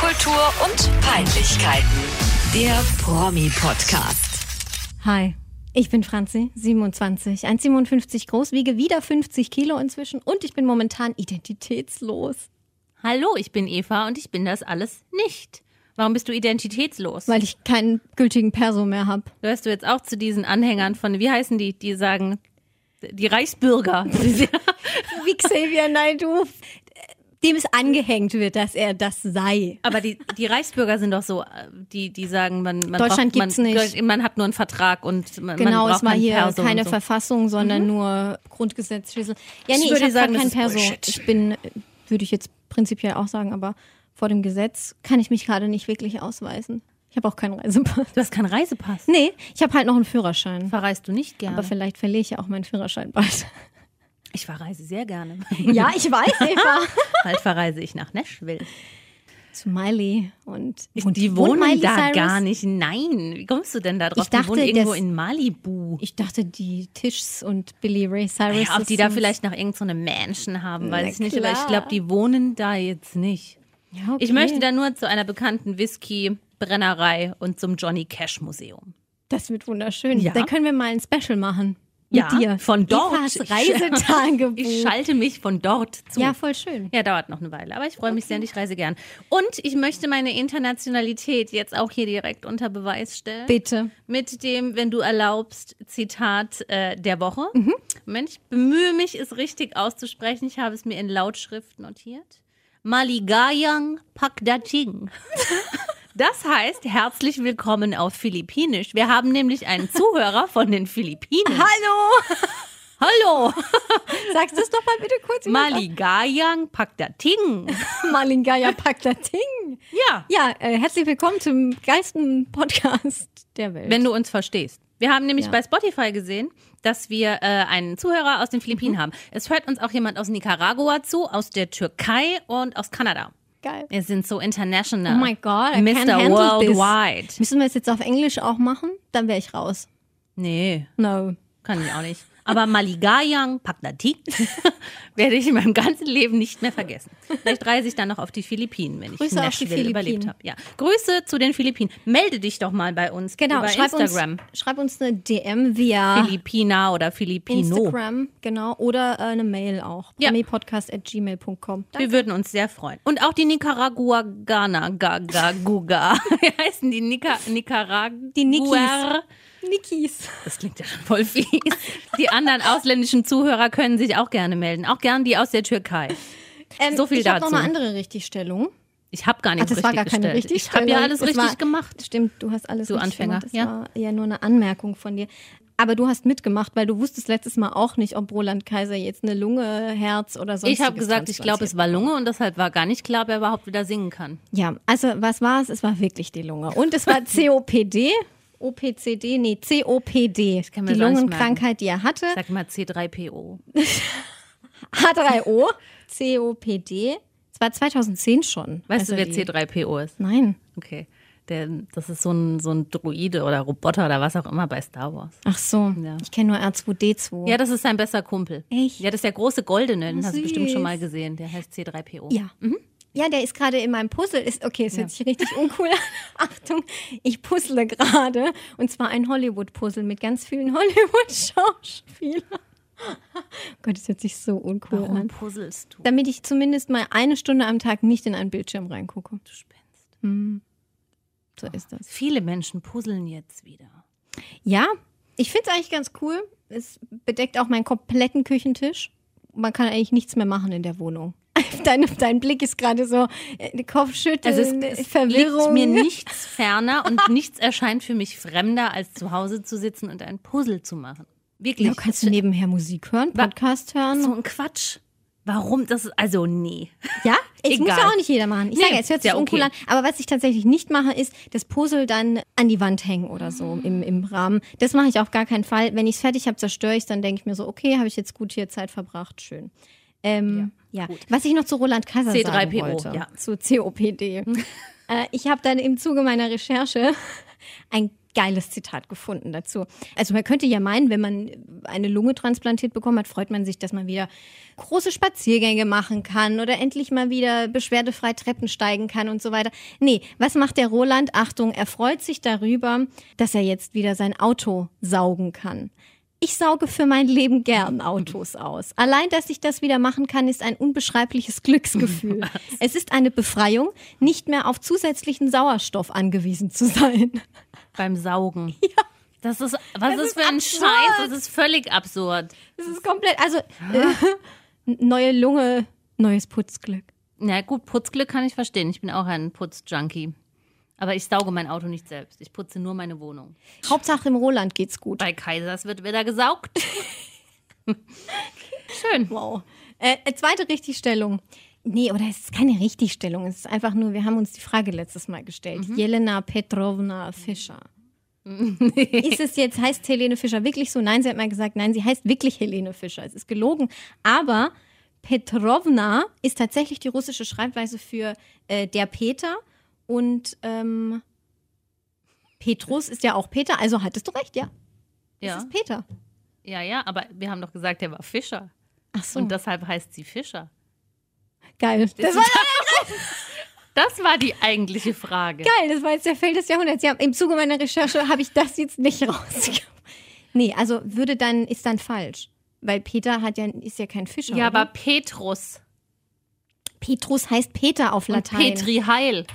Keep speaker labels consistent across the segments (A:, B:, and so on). A: Kultur und Peinlichkeiten. Der Promi-Podcast.
B: Hi, ich bin Franzi, 27, 1,57 groß, wiege wieder 50 Kilo inzwischen und ich bin momentan identitätslos,
C: Hallo, ich bin Eva und ich bin das alles nicht. Warum bist du identitätslos?
B: weil ich keinen gültigen Perso mehr habe.
C: Gehörst du jetzt auch zu diesen Anhängern von, wie heißen die, die sagen, die Reichsbürger?
B: Wie Xavier Naidoo, dem es angehängt wird, dass er das sei.
C: Aber die, die Reichsbürger sind doch so, äh, die, die sagen, man, man
B: Deutschland
C: braucht, man,
B: gibt's nicht.
C: Man hat nur einen Vertrag und man,
B: Genau,
C: man braucht
B: es war
C: keinen
B: hier
C: Perso
B: keine
C: und so. Mhm.
B: Verfassung, sondern nur Grundgesetzschlüssel. Ja,
C: Ich
B: nee, ich,
C: würde
B: hab
C: sagen,
B: habe
C: das
B: kein
C: ist
B: Perso.
C: Bullshit.
B: Ich bin, äh, würde ich jetzt prinzipiell auch sagen, aber vor dem Gesetz kann ich mich gerade nicht wirklich ausweisen. Ich habe auch keinen Reisepass.
C: Du hast keinen Reisepass.
B: Nee, ich habe halt noch einen Führerschein.
C: Verreist du nicht gerne?
B: Aber vielleicht verliere ich ja auch meinen Führerschein bald.
C: ich verreise sehr gerne.
B: Ja, ich weiß, Eva.
C: Bald verreise ich nach Nashville.
B: Zu Miley und
C: Ich,
B: und
C: die
B: wohnt
C: wohnen
B: Miley
C: da
B: Cyrus?
C: gar nicht. Nein. Wie kommst du denn da drauf?
B: Ich dachte,
C: die wohnen irgendwo
B: das-
C: in Malibu.
B: Ich dachte, die Tischs und Billy Ray Cyrus.
C: Ja, ob die
B: ist
C: da
B: so-
C: vielleicht noch irgendeine so eine Mansion haben, weiß
B: Na
C: ich nicht. Aber ich
B: klar.
C: glaube, die wohnen da jetzt nicht.
B: Ja, okay.
C: Ich möchte da nur zu einer bekannten Whisky-Brennerei und zum Johnny Cash-Museum.
B: Das wird wunderschön.
C: Ja.
B: Da können wir mal ein Special machen.
C: Ja,
B: Mit dir.
C: von dort.
B: Evas
C: Ich-
B: Reisetagebuch.
C: Ich schalte mich von dort zu.
B: ja, voll schön.
C: Ja, dauert noch eine Weile, aber ich freue mich sehr und ich reise gern. Und ich möchte meine Internationalität jetzt auch hier direkt unter Beweis stellen.
B: Bitte.
C: mit dem, wenn du erlaubst, Zitat äh, der Woche. Moment, ich bemühe mich, es richtig auszusprechen. Ich habe es mir in Lautschrift notiert. Maligayang Pakdating. Das heißt, herzlich willkommen auf Philippinisch. Wir haben nämlich einen Zuhörer von den Philippinen.
B: Hallo!
C: Hallo!
B: Sagst du es doch mal bitte kurz.
C: Maligayang Pakdating.
B: Malingaya Pakta Ting.
C: Ja,
B: Ja, äh, herzlich willkommen zum geilsten Podcast der Welt.
C: wenn du uns verstehst. Wir haben nämlich
B: Ja.
C: bei Spotify gesehen, dass wir äh, einen Zuhörer aus den Philippinen
B: Mhm.
C: haben. Es hört uns auch jemand aus Nicaragua zu, aus der Türkei und aus Kanada.
B: Geil.
C: Wir sind so international.
B: Oh my God, I can't
C: Mr.
B: handle
C: Worldwide.
B: this. Müssen wir es jetzt auf Englisch auch machen? Dann wäre ich raus.
C: Nee,
B: No.
C: kann ich auch nicht. Aber Maligayang Pagdatik werde ich in meinem ganzen Leben nicht mehr vergessen. Vielleicht reise ich dann noch auf die Philippinen, wenn ich
B: Grüße auf die
C: Nashville überlebt
B: Philippinen.
C: habe. Ja. Grüße zu den Philippinen. Melde dich doch mal bei uns
B: Genau,
C: über
B: schreib
C: Instagram.
B: uns schreib uns eine DM via
C: Philippina oder Filipino.
B: Instagram, genau, oder äh, eine Mail auch.
C: Ja.
B: Promipodcast@gmail.com.
C: Wir würden uns sehr freuen. Und auch die Nicaragua Ghana Gaga Guga. Wie heißen die Nika, Nicaragua?
B: Die Nikis. Nikis.
C: Das klingt ja schon voll fies. Die anderen ausländischen Zuhörer können sich auch gerne melden. Auch gern die aus der Türkei.
B: Ähm,
C: So viel
B: ich hab
C: dazu.
B: noch eine andere Richtigstellung.
C: Ich habe gar
B: Ach,
C: nichts
B: das
C: richtig
B: war gar keine
C: gestellt.
B: richtig
C: Ich habe ja alles richtig gemacht.
B: Stimmt, du hast alles
C: Du
B: richtig
C: Anfänger,
B: gemacht. Das
C: ja.
B: war ja nur eine Anmerkung von dir. Aber du hast mitgemacht, weil du wusstest letztes Mal auch nicht, ob Roland Kaiser jetzt eine Lunge, Herz oder sonst
C: Ich habe gesagt, ich glaube, es war Lunge und deshalb war gar nicht klar, ob er überhaupt wieder singen kann.
B: Ja, also was war es? Es war wirklich die Lunge. Und es war COPD, OPCD, nee, COPD.
C: kann mir
B: die
C: das auch nicht merken.
B: Lungenkrankheit, die er hatte.
C: Sag mal C3PO.
B: H3O, COPD. Es war 2010 schon.
C: Weißt
B: also
C: du, wer
B: die-
C: C3PO ist?
B: Nein.
C: Okay. Der, das ist so ein, so ein Droide oder Roboter oder was auch immer bei Star Wars.
B: Ach so,
C: Ja.
B: ich kenne nur R2D2.
C: Ja, das ist sein bester Kumpel.
B: Echt?
C: Ja, das ist der große Goldene, den hast du
B: süß.
C: bestimmt schon mal gesehen. Der heißt C3PO.
B: Ja. Ja, der ist gerade in meinem Puzzle. Ist, okay, es hört sich richtig uncool an. Achtung, ich puzzle gerade. Und zwar ein Hollywood-Puzzle mit ganz vielen Hollywood-Schauspielern. Gott, das hört sich so uncool
C: Warum
B: an.
C: puzzelst du?
B: Damit ich zumindest mal eine Stunde am Tag nicht in einen Bildschirm reingucke.
C: Du spinnst.
B: So
C: Ah.
B: ist das.
C: Viele Menschen puzzeln jetzt wieder.
B: Ja, ich finde es eigentlich ganz cool. Es bedeckt auch meinen kompletten Küchentisch. Man kann eigentlich nichts mehr machen in der Wohnung. Dein, dein Blick ist gerade so äh,
C: Also es,
B: Kopfschütteln,
C: es
B: Verwirrung.
C: liegt mir nichts ferner und nichts erscheint für mich fremder, als zu Hause zu sitzen und ein Puzzle zu machen. Wirklich.
B: Ja, kannst du nebenher Musik hören,
C: Wa-
B: Podcast hören?
C: so ein Quatsch. Warum das? ist- Also nee.
B: Ja, ich muss
C: Egal.
B: ja auch nicht jeder machen. Ich
C: Nee,
B: sage, ja, es hört
C: ist
B: sich
C: ja
B: uncool
C: okay.
B: an. Aber was ich tatsächlich nicht mache, ist das Puzzle dann an die Wand hängen oder so im, im Rahmen. Das mache ich auf gar keinen Fall. Wenn ich es fertig habe, zerstöre ich dann denke ich mir so, okay, habe ich jetzt gut hier Zeit verbracht, schön. Ähm, ja, was ich noch zu Roland Kaiser sagen
C: C3PO,
B: wollte,
C: ja.
B: zu COPD. äh, ich habe dann im Zuge meiner Recherche ein geiles Zitat gefunden dazu. Also man könnte ja meinen, wenn man eine Lunge transplantiert bekommen hat, freut man sich, dass man wieder große Spaziergänge machen kann oder endlich mal wieder beschwerdefrei Treppen steigen kann und so weiter. Nee, was macht der Roland? Achtung, er freut sich darüber, dass er jetzt wieder sein Auto saugen kann. Ich sauge für mein Leben gern Autos aus. Allein, dass ich das wieder machen kann, ist ein unbeschreibliches Glücksgefühl. Es ist eine Befreiung, nicht mehr auf zusätzlichen Sauerstoff angewiesen zu sein.
C: beim Saugen. Das ist, was
B: Das
C: ist,
B: ist
C: für ein
B: absurd.
C: Scheiß? Das ist völlig absurd.
B: Das ist komplett, also äh, neue Lunge, neues Putzglück.
C: Na gut, Putzglück kann ich verstehen. Ich bin auch ein Putzjunkie. Aber ich sauge mein Auto nicht selbst. Ich putze nur meine Wohnung.
B: Hauptsache im Roland geht's gut.
C: Bei Kaisers wird wieder gesaugt. Schön.
B: Wow. Äh, äh, zweite Richtigstellung. Nee, oder es ist keine Richtigstellung. Es ist einfach nur, wir haben uns die Frage letztes Mal gestellt. Jelena Petrovna Fischer. ist es jetzt, heißt Helene Fischer wirklich so? Nein, sie hat mal gesagt, nein, sie heißt wirklich Helene Fischer. Es ist gelogen. Aber Petrovna ist tatsächlich die russische Schreibweise für äh, der Peter und ähm, Petrus ist ja auch Peter, also hattest du recht, ja. Es
C: Ja.
B: ist Peter.
C: ja, ja, aber wir haben doch gesagt, der war Fischer.
B: Ach so,
C: Und deshalb heißt sie Fischer.
B: geil. Das war
C: Das war die eigentliche Frage.
B: Geil, das war jetzt der Fail des Jahrhunderts. Ja, im Zuge meiner Recherche habe ich das jetzt nicht rausgekommen. Nee, also würde dann, ist dann falsch. Weil Peter hat ja, ist ja kein Fischer.
C: Ja,
B: oder?
C: aber Petrus
B: Petrus heißt Peter auf
C: und
B: Latein.
C: Petri Heil.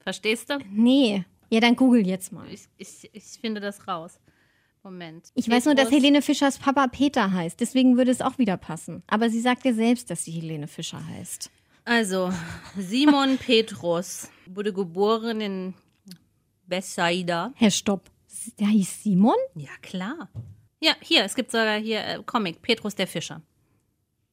C: Verstehst du?
B: Nee. Ja, dann google jetzt mal.
C: Ich, ich, ich finde das raus. Moment.
B: Ich weiß nur, dass
C: Petrus-
B: Helene Fischers Papa Peter heißt. Deswegen würde es auch wieder passen. Aber sie sagt ja selbst, dass sie Helene Fischer heißt.
C: Also, Simon Petrus wurde geboren in Bethsaida.
B: Herr Stopp. Der hieß Simon?
C: Ja, klar. Ja, hier, es gibt sogar hier äh, Comic, Petrus der Fischer.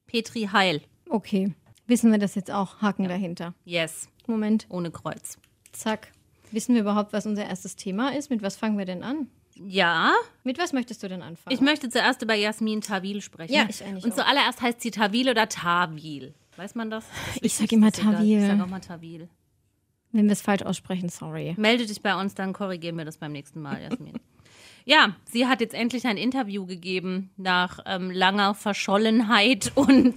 C: Petri Heil.
B: Okay. Wissen wir das jetzt auch? Haken dahinter.
C: Yes,
B: Moment.
C: ohne Kreuz.
B: Zack. Wissen wir überhaupt, was unser erstes Thema ist? Mit was fangen wir denn an?
C: Ja,
B: Mit was möchtest du denn anfangen?
C: ich möchte zuerst über Jasmin Tawil sprechen.
B: Ja, ich eigentlich
C: Und
B: auch.
C: zuallererst heißt sie Tawil oder Tawil. Weiß man das? Ist das
B: Ich sag
C: wichtig?
B: immer
C: Ist egal. Ich
B: Tawil.
C: sag auch mal Tawil.
B: Wenn wir es falsch aussprechen, sorry.
C: Melde dich bei uns, dann korrigieren wir das beim nächsten Mal, Jasmin. ja, sie hat jetzt endlich ein Interview gegeben nach ähm, langer Verschollenheit und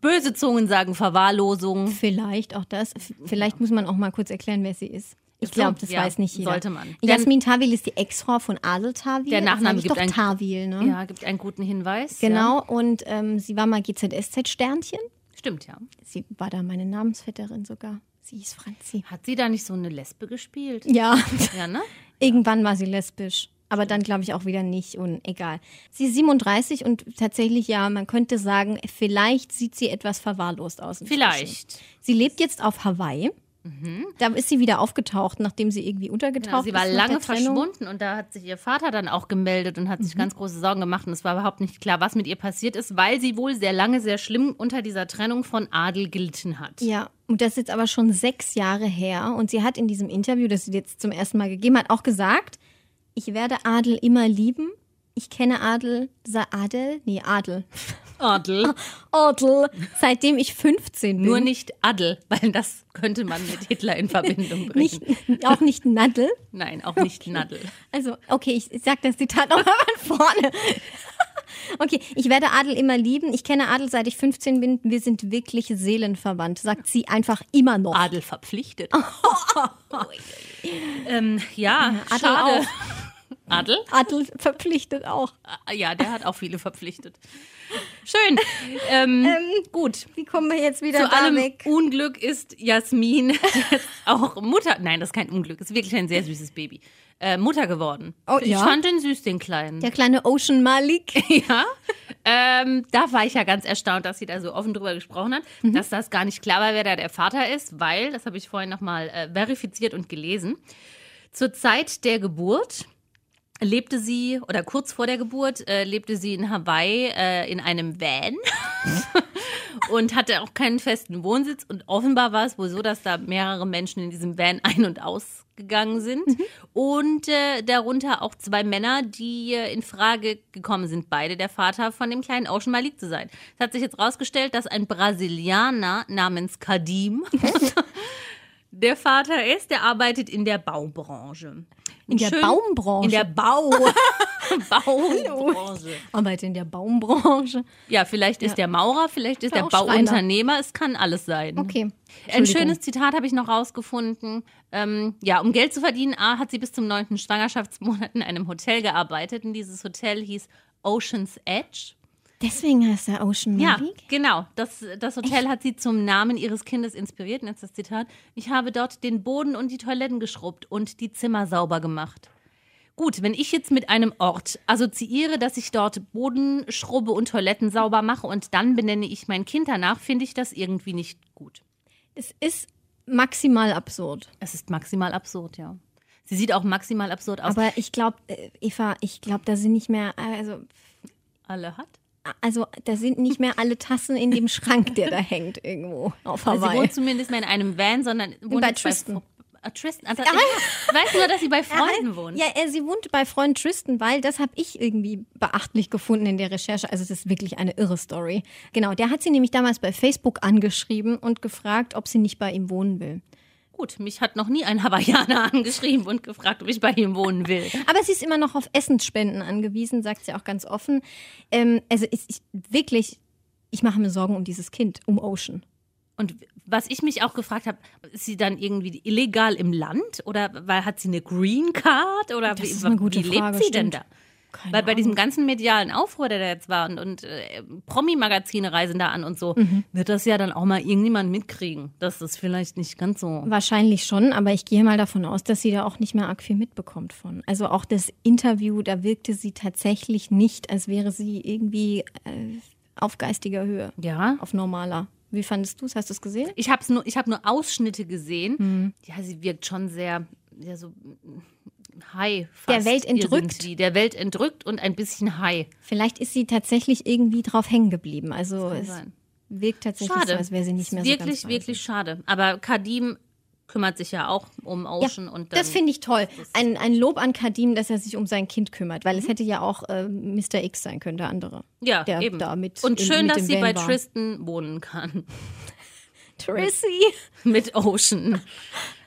C: böse Zungen sagen Verwahrlosung.
B: Vielleicht auch das. F- Vielleicht muss man auch mal kurz erklären, wer sie ist. Ich glaube, das
C: ja,
B: weiß nicht jeder.
C: sollte man. Denn-
B: Jasmin Tawil ist die Ex-Frau von Adel Tawil.
C: Der Nachname
B: das
C: gibt
B: sag ich
C: einen-
B: doch Tawil, ne?
C: Ja, gibt einen guten Hinweis.
B: Genau, und ähm, sie war mal GZSZ-Sternchen.
C: Ja. Stimmt, ja.
B: Sie war da meine Namensvetterin sogar. Sie hieß Franzi.
C: Hat sie da nicht so eine Lesbe gespielt?
B: Ja,
C: Ja, ne?
B: irgendwann war sie lesbisch. Aber dann glaube ich auch wieder nicht und egal. Sie ist 37 und tatsächlich, ja, man könnte sagen, vielleicht sieht sie etwas verwahrlost aus. inzwischen.
C: Vielleicht.
B: Sie lebt jetzt auf Hawaii. Da ist sie wieder aufgetaucht, nachdem sie irgendwie untergetaucht
C: Ja, Genau, sie war
B: ist. nach
C: lange
B: der Trennung. Mhm.
C: verschwunden und da hat sich ihr Vater dann auch gemeldet und hat sich ganz große Sorgen gemacht. Und es war überhaupt nicht klar, was mit ihr passiert ist, weil sie wohl sehr lange, sehr schlimm unter dieser Trennung von Adel gelitten hat.
B: Ja, und das ist jetzt aber schon sechs Jahre her. Und sie hat in diesem Interview, das sie jetzt zum ersten Mal gegeben hat, auch gesagt, ich werde Adel immer lieben. Ich kenne Adel, sa Adel, nee, Adel.
C: Adel.
B: Adel, seitdem ich 15 bin.
C: Nur nicht Adel, weil das könnte man mit Hitler in Verbindung bringen.
B: nicht auch nicht Nadel.
C: Nein, auch nicht Nadel.
B: Also, okay, ich, ich sag das Zitat nochmal von vorne. Okay, ich werde Adel immer lieben. Ich kenne Adel seit ich 15 bin. Wir sind wirklich seelenverwandt, sagt sie einfach immer noch.
C: Adel verpflichtet. Oh. ähm, ja,
B: Adel
C: schade. Adel?
B: Adel verpflichtet auch.
C: Ah, Ja, der hat auch viele verpflichtet. Schön. Ähm, gut.
B: Wie kommen wir jetzt wieder
C: Zu
B: da
C: allem
B: weg?
C: Unglück ist Jasmin jetzt auch Mutter. Nein, das ist kein Unglück. Ist wirklich ein sehr süßes Baby. Äh, Mutter geworden.
B: Oh,
C: ich
B: ja?
C: fand den süß, den kleinen.
B: Der kleine Ocean Malik.
C: Ja, ähm, da war ich ja ganz erstaunt, dass sie da so offen drüber gesprochen hat, dass das gar nicht klar war, wer da der Vater ist, weil, das habe ich vorhin nochmal äh, verifiziert und gelesen, zur Zeit der Geburt lebte sie, oder kurz vor der Geburt, äh, lebte sie in Hawaii äh, in einem Van und hatte auch keinen festen Wohnsitz. Und offenbar war es wohl so, dass da mehrere Menschen in diesem Van ein- und ausgegangen sind.
B: Mhm.
C: Und äh, darunter auch zwei Männer, die äh, in Frage gekommen sind, beide der Vater von dem kleinen Ocean Malik zu sein. Es hat sich jetzt rausgestellt, dass ein Brasilianer namens Kadim Der Vater ist, der arbeitet in der Baubranche.
B: In der
C: Schön-
B: Baumbranche.
C: In der Bau. Baubranche.
B: Arbeit in der Baumbranche.
C: Ja, vielleicht ist der Maurer, vielleicht ist
B: Ja,
C: der
B: auch Schreiner.
C: Bauunternehmer, es kann alles sein.
B: Okay.
C: Ein
B: Entschuldigung.
C: schönes Zitat habe ich noch rausgefunden. Ähm, ja, um Geld zu verdienen, A, hat sie bis zum neunten Schwangerschaftsmonat in einem Hotel gearbeitet. Und dieses Hotel hieß Ocean's Edge.
B: Deswegen heißt er Ocean
C: Ja,
B: Magic.
C: genau. Das, das Hotel hat sie zum Namen ihres Kindes inspiriert. Und jetzt das Zitat. Ich habe dort den Boden und die Toiletten geschrubbt und die Zimmer sauber gemacht. Gut, wenn ich jetzt mit einem Ort assoziiere, dass ich dort Boden schrubbe und Toiletten sauber mache und dann benenne ich mein Kind danach, finde ich das irgendwie nicht gut.
B: Es ist maximal absurd.
C: Es ist maximal absurd, ja. Sie sieht auch maximal absurd aus.
B: Aber ich glaube, Eva, ich glaube, da sind nicht mehr, also,
C: Alle hat.
B: also da sind nicht mehr alle Tassen in dem Schrank, der da hängt irgendwo auf
C: Also sie
B: Hawaii.
C: wohnt zumindest mehr in einem Van, sondern wohnt
B: Bei
C: jetzt
B: Tristan.
C: Bei, Fr- Ah, Tristan. Also, ich weiß nur, dass sie bei Freunden wohnt.
B: Ja, äh, sie wohnt bei Freund Tristan, weil das habe ich irgendwie beachtlich gefunden in der Recherche. Also das ist wirklich eine irre Story. Genau, der hat sie nämlich damals bei Facebook angeschrieben und gefragt, ob sie nicht bei ihm wohnen will.
C: Gut, mich hat noch nie ein Hawaiianer angeschrieben und gefragt, ob ich bei ihm wohnen will.
B: Aber sie ist immer noch auf Essensspenden angewiesen, sagt sie auch ganz offen. Ähm, also ist, ich wirklich, ich mache mir Sorgen um dieses Kind, um Ocean.
C: Und was ich mich auch gefragt habe, ist sie dann irgendwie illegal im Land oder weil hat sie eine Green Card oder
B: Das
C: wie,
B: ist eine gute
C: wie lebt
B: Frage,
C: sie denn
B: stimmt.
C: da?
B: Keine
C: Weil bei
B: Ahnung.
C: diesem ganzen medialen Aufruhr, der da jetzt war und, und äh, Promi-Magazine reisen da an und so,
B: Mhm.
C: wird das ja dann auch mal irgendjemand mitkriegen, dass das vielleicht nicht ganz so.
B: Wahrscheinlich schon, aber ich gehe mal davon aus, dass sie da auch nicht mehr arg viel mitbekommt von. Also auch das Interview, da wirkte sie tatsächlich nicht, als wäre sie irgendwie äh, auf geistiger Höhe,
C: Ja.
B: auf normaler. Wie fandest du es? Hast du es gesehen?
C: Ich habe nur, ich hab nur Ausschnitte gesehen.
B: Hm.
C: Ja, sie wirkt schon sehr, ja, so mm, high. Fast.
B: Der Welt
C: Ihr sind
B: entrückt.
C: Sie. Der Welt entrückt und ein bisschen high.
B: Vielleicht ist sie tatsächlich irgendwie drauf hängen geblieben. Also
C: kann
B: es
C: sein.
B: wirkt tatsächlich
C: Schade.
B: so, als wäre sie nicht mehr
C: wirklich,
B: so ganz bei
C: wirklich schade. Aber Kadim kümmert sich ja auch um Ocean und dann,
B: das finde ich toll. Ein, ein Lob an Kadim, dass er sich um sein Kind kümmert,
C: Mhm.
B: weil es hätte ja auch äh, Mr. X sein können, der andere.
C: ja,
B: der
C: eben.
B: da mit-
C: und
B: in-
C: schön,
B: mit
C: dass
B: dem
C: sie
B: Van
C: bei
B: war.
C: Tristan wohnen kann.
B: Trissy!
C: mit Ocean.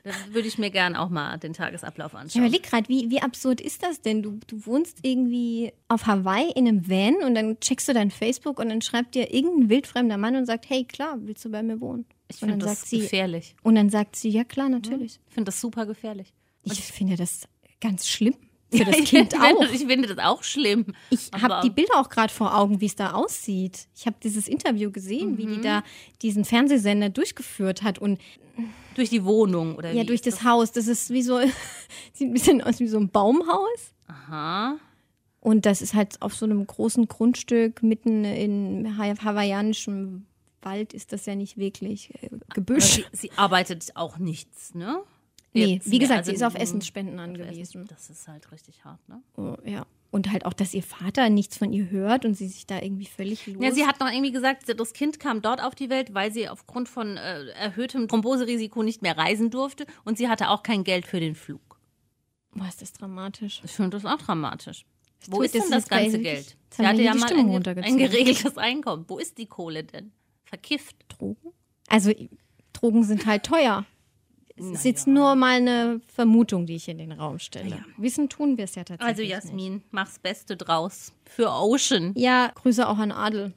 C: Das würde ich mir gern auch mal den Tagesablauf
B: Ich
C: anschauen.
B: überleg gerade, wie, wie absurd ist das denn? Du, du wohnst irgendwie auf Hawaii in einem Van und dann checkst du dein Facebook und dann schreibt dir irgendein wildfremder Mann und sagt, hey, klar, willst du bei mir wohnen?
C: Ich
B: und
C: finde
B: dann
C: das
B: sagt sie,
C: gefährlich.
B: und dann sagt sie, ja klar, natürlich.
C: Ich finde das super gefährlich.
B: Ich finde das ganz schlimm für das Kind
C: ich, finde-
B: auch.
C: ich finde das auch schlimm.
B: Ich
C: Aber-
B: habe die Bilder auch gerade vor Augen, wie es da aussieht. Ich habe dieses Interview gesehen, wie
C: Mhm.
B: die da diesen Fernsehsender durchgeführt hat und
C: Durch die Wohnung oder
B: ja
C: wie?
B: durch das Haus. Das ist wie so, sieht ein bisschen aus wie so ein Baumhaus.
C: Aha.
B: Und das ist halt auf so einem großen Grundstück mitten in ha- hawaiianischem Wald ist das ja nicht wirklich äh, Gebüsch.
C: Sie, sie arbeitet auch nichts, ne?
B: Nee,
C: Jetzt,
B: wie gesagt,
C: also,
B: sie ist auf
C: mm,
B: Essensspenden
C: auf
B: angewiesen.
C: Essen. Das ist halt richtig hart, ne?
B: Oh, ja. Und halt auch, dass ihr Vater nichts von ihr hört und sie sich da irgendwie völlig los.
C: Ja, sie hat noch irgendwie gesagt, das Kind kam dort auf die Welt, weil sie aufgrund von äh, erhöhtem Thromboserisiko nicht mehr reisen durfte und sie hatte auch kein Geld für den Flug.
B: Boah, ist das dramatisch.
C: Ich finde das auch dramatisch. Wo
B: tut
C: ist
B: das
C: denn das
B: jetzt bei
C: ganze
B: ihr?
C: Geld?
B: Jetzt
C: Sie
B: haben
C: hatte
B: wir hier
C: ja
B: die
C: mal
B: Stimmung
C: ein, ein
B: runtergezogen.
C: geregeltes Einkommen. Wo ist die Kohle denn? Verkifft.
B: Drogen? Also i- Drogen sind halt teuer. Es
C: Na
B: ist jetzt
C: ja.
B: nur mal eine Vermutung, die ich in den Raum stelle. Wissen tun wir es ja tatsächlich.
C: Also
B: Nicht.
C: Jasmin, mach's Beste draus. Für Ocean.
B: Ja, Grüße auch an Adel.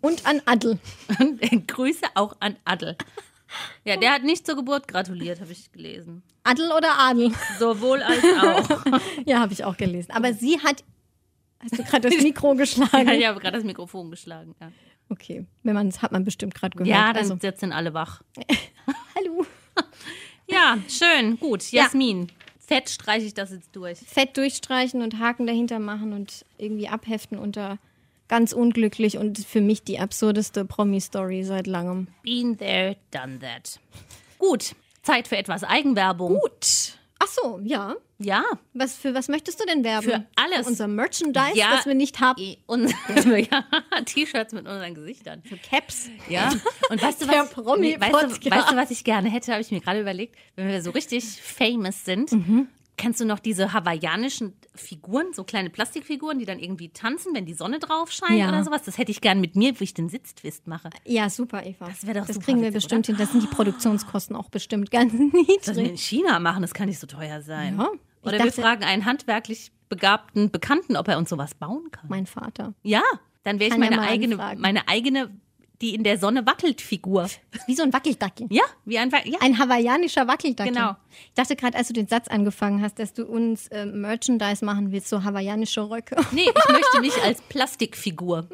B: Und an Adel.
C: Und Grüße auch an Adel. Ja, der hat nicht zur Geburt gratuliert, habe ich gelesen.
B: Adel oder Adel?
C: Sowohl als auch.
B: Ja, habe ich auch gelesen. Aber sie hat. Hast du gerade das Mikro geschlagen?
C: ich habe gerade das Mikrofon geschlagen. Ja,
B: Okay, wenn man hat man bestimmt gerade gehört.
C: ja dann
B: also,
C: jetzt sind alle wach.
B: hallo.
C: Ja, schön, gut.
B: Ja.
C: Jasmin, fett streiche ich das jetzt durch.
B: Fett durchstreichen und Haken dahinter machen und irgendwie abheften unter ganz unglücklich und für mich die absurdeste Promi-Story seit langem.
C: Been there, done that. Gut, Zeit für etwas Eigenwerbung.
B: Gut. Ach so, ja.
C: Ja,
B: Was, für was möchtest du denn werben?
C: Für alles.
B: Unser Merchandise,
C: Ja. eh.
B: das wir nicht haben.
C: und ja, E, T-Shirts mit unseren Gesichtern.
B: Caps.
C: Ja. Und weißt du,
B: Der
C: was,
B: Promi-Podcast. Mhm.
C: weißt, du, weißt du, was ich gerne hätte, habe ich mir gerade überlegt, wenn wir so richtig famous sind, Kennst du noch diese hawaiianischen Figuren, so kleine Plastikfiguren, die dann irgendwie tanzen, wenn die Sonne drauf scheint
B: Ja.
C: oder sowas? Das hätte ich gern mit mir, wo ich den Sitztwist mache.
B: Ja, super, Eva. Das,
C: wär doch super
B: kriegen wir
C: witzig,
B: bestimmt hin. Das sind die Produktionskosten auch bestimmt ganz niedrig.
C: Das wir in China machen, das kann nicht so teuer sein.
B: Ja, ich
C: Oder wir
B: dachte-
C: fragen einen handwerklich begabten Bekannten, ob er uns sowas bauen kann.
B: mein Vater.
C: Ja, dann wäre ich
B: Kann ja
C: meine
B: mal
C: eigene,
B: anfragen.
C: meine eigene, die in der Sonne wackelt Figur.
B: Wie so ein Wackeldackel.
C: Ja, wie ein, Wa- ja,
B: Ein hawaiianischer Wackeldackel.
C: Genau.
B: Ich dachte gerade, als du den Satz angefangen hast, dass du uns äh, Merchandise machen willst, so hawaiianische Röcke.
C: Nee, ich möchte mich als Plastikfigur,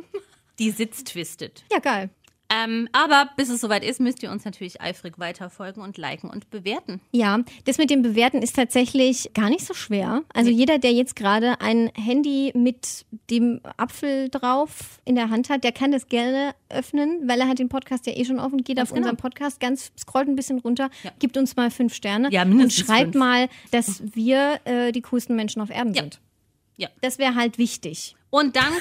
C: die sitzt twistet.
B: Ja, geil.
C: Ähm, aber bis es soweit ist, müsst ihr uns natürlich eifrig weiterfolgen und liken und bewerten.
B: Ja, das mit dem Bewerten ist tatsächlich gar nicht so schwer. Also jeder, der jetzt gerade ein Handy mit dem Apfel drauf in der Hand hat, der kann das gerne öffnen, weil er hat den Podcast ja eh schon offen, geht auf
C: genau.
B: unseren Podcast, ganz scrollt ein bisschen runter, gibt uns mal fünf Sterne
C: Ja,
B: und
C: mindestens
B: schreibt
C: fünf.
B: mal, dass wir äh, die coolsten Menschen auf Erden
C: Ja.
B: sind.
C: Ja.
B: Das wäre halt wichtig,
C: Und dann.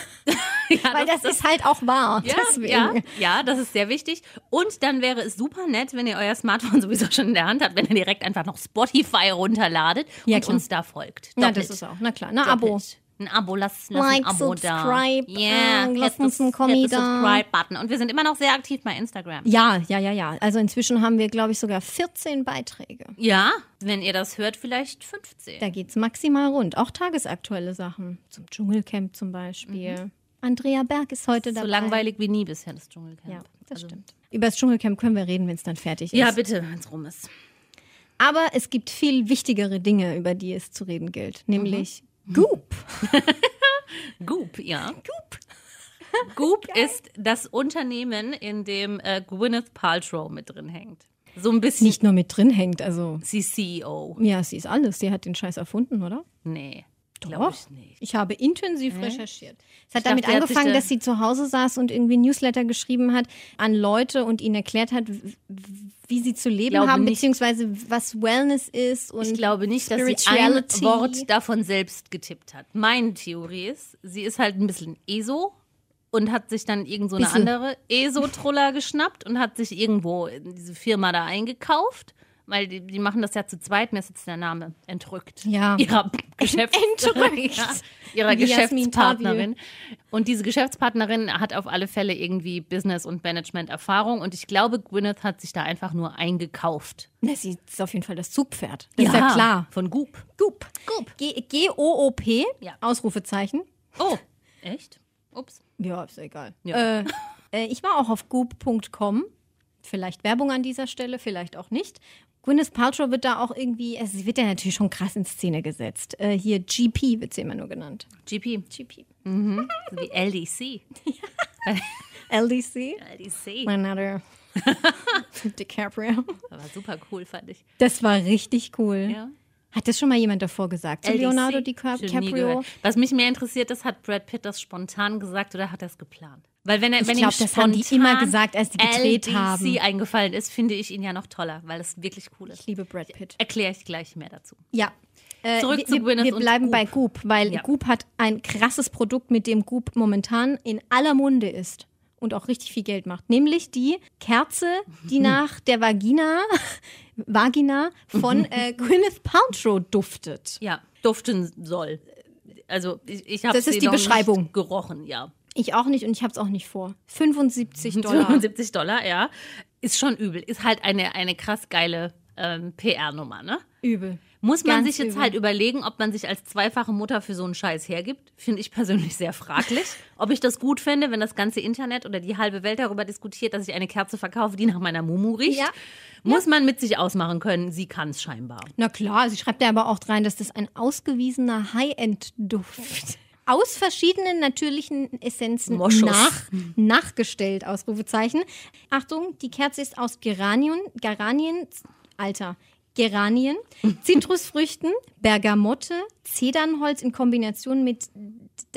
C: ja,
B: weil das, ist halt auch wahr.
C: ja,
B: deswegen.
C: ja, ja, das ist sehr wichtig. Und dann wäre es super nett, wenn ihr euer Smartphone sowieso schon in der Hand habt, wenn ihr direkt einfach noch Spotify runterladet
B: Ja,
C: und
B: klar.
C: uns da folgt.
B: Na,
C: Doppelt.
B: das ist auch, na klar, na
C: Doppelt.
B: Abo.
C: Ein Abo, lass, lass
B: Like,
C: ein Abo
B: subscribe,
C: da. Yeah,
B: ähm, lass
C: hit
B: uns
C: the-
B: einen
C: hit the
B: Kommi da.
C: Subscribe-Button. Und wir sind immer noch sehr aktiv bei Instagram.
B: Ja, ja, ja, ja. Also inzwischen haben wir, glaube ich, sogar 14 Beiträge.
C: Ja, wenn ihr das hört, vielleicht 15.
B: Da geht's maximal rund. Auch tagesaktuelle Sachen. Zum Dschungelcamp zum Beispiel. Andrea Berg ist heute
C: so
B: dabei.
C: langweilig wie nie bisher das Dschungelcamp. Also,
B: Ja, das stimmt. Über das Dschungelcamp können wir reden, wenn es dann fertig ist.
C: Ja, bitte, wenn es rum ist.
B: Aber es gibt viel wichtigere Dinge, über die es zu reden gilt. Nämlich Goop.
C: Goop, ja. Goop. Goop ist das Unternehmen, in dem äh, Gwyneth Paltrow mit drin hängt. So ein bisschen
B: Nicht nur mit drin hängt. Also,
C: sie E CEO.
B: ja, sie ist alles. Sie hat den Scheiß erfunden, oder?
C: Nee, glaube ich nicht.
B: Ich habe intensiv
C: Mhm.
B: recherchiert. Es hat
C: dachte,
B: damit
C: die hat sich
B: angefangen,
C: da-
B: dass sie zu Hause saß und irgendwie Newsletter geschrieben hat an Leute und ihnen erklärt hat, w- w- wie sie zu leben
C: Glaube
B: haben,
C: nicht.
B: beziehungsweise was Wellness ist und
C: Ich glaube nicht, dass sie ein
B: Spirituality.
C: Wort davon selbst getippt hat. Meine Theorie ist, sie ist halt ein bisschen ESO und hat sich dann irgend so eine
B: Bisschen.
C: andere ESO-Troller geschnappt und hat sich irgendwo in diese Firma da eingekauft. Weil die, die machen das ja zu zweit, mir ist jetzt der Name entrückt.
B: Ja.
C: Ihrer Geschäfts
B: Entrückt.
C: Ja, ihrer
B: Wie Jasmin
C: Geschäftspartnerin. Und diese Geschäftspartnerin hat auf alle Fälle irgendwie Business- und Management-Erfahrung. Und ich glaube, Gwyneth hat sich da einfach nur eingekauft.
B: Na, sie ist auf jeden Fall das Zugpferd. Das ist ja klar.
C: Von Goop.
B: Goop.
C: Goop.
B: G- G-O-O-P,
C: Ja.
B: Ausrufezeichen.
C: Oh, echt? Ups.
B: Ja, ist egal.
C: Ja.
B: Äh, äh, ich war auch auf goop.com. Vielleicht Werbung an dieser Stelle, vielleicht auch nicht. Gwyneth Paltrow wird da auch irgendwie, also sie wird ja natürlich schon krass in Szene gesetzt. Äh, hier GP wird sie immer nur genannt.
C: GP.
B: GP.
C: So wie LDC.
B: LDC.
C: LDC.
B: Leonardo DiCaprio.
C: Das war super cool, fand ich.
B: Das war richtig cool.
C: Ja.
B: Hat das schon mal jemand davor gesagt? Zu
C: LDC.
B: Leonardo
C: Schon nie
B: DiCaprio?
C: gehört. Was mich mehr interessiert ist, hat Brad Pitt das spontan gesagt oder hat er es geplant? Weil wenn er,
B: Ich
C: wenn
B: glaub,
C: ihm
B: das haben die
C: spontan
B: immer gesagt, als die gedreht
C: LDC
B: haben.
C: eingefallen ist, finde ich ihn ja noch toller, weil es wirklich cool
B: Ich
C: ist.
B: liebe Brad Pitt.
C: Erkläre ich gleich mehr dazu.
B: Ja. Äh,
C: Zurück
B: wir,
C: zu Gwyneth
B: wir, wir
C: und
B: bleiben
C: Goop.
B: bei Goop, weil
C: Ja.
B: Goop hat ein krasses Produkt, mit dem Goop momentan in aller Munde ist und auch richtig viel Geld macht, nämlich die Kerze, die nach der Vagina, Vagina von äh, Gwyneth Paltrow duftet.
C: Ja, duften soll. Also ich, ich habe
B: Das ist die Beschreibung.
C: Nicht gerochen, ja.
B: Ich auch nicht und ich habe es auch nicht vor. 75 Dollar.
C: 75 Dollar, ja. Ist schon übel. Ist halt eine, eine krass geile ähm, PR-Nummer, ne?
B: Übel.
C: Muss man
B: Ganz
C: sich jetzt
B: übel.
C: halt überlegen, ob man sich als zweifache Mutter für so einen Scheiß hergibt. Finde ich persönlich sehr fraglich. ob ich das gut fände, wenn das ganze Internet oder die halbe Welt darüber diskutiert, dass ich eine Kerze verkaufe, die nach meiner Mumu riecht.
B: Ja.
C: Muss man mit sich ausmachen können. Sie kann es scheinbar.
B: Na klar, sie schreibt ja aber auch rein, dass das ein ausgewiesener High-End-Duft aus verschiedenen natürlichen Essenzen
C: Moschus.
B: nach, nachgestellt, Ausrufezeichen. Achtung, die Kerze ist aus Geranien, Geranien, Alter, Geranien, Zitrusfrüchten, Bergamotte, Zedernholz in Kombination mit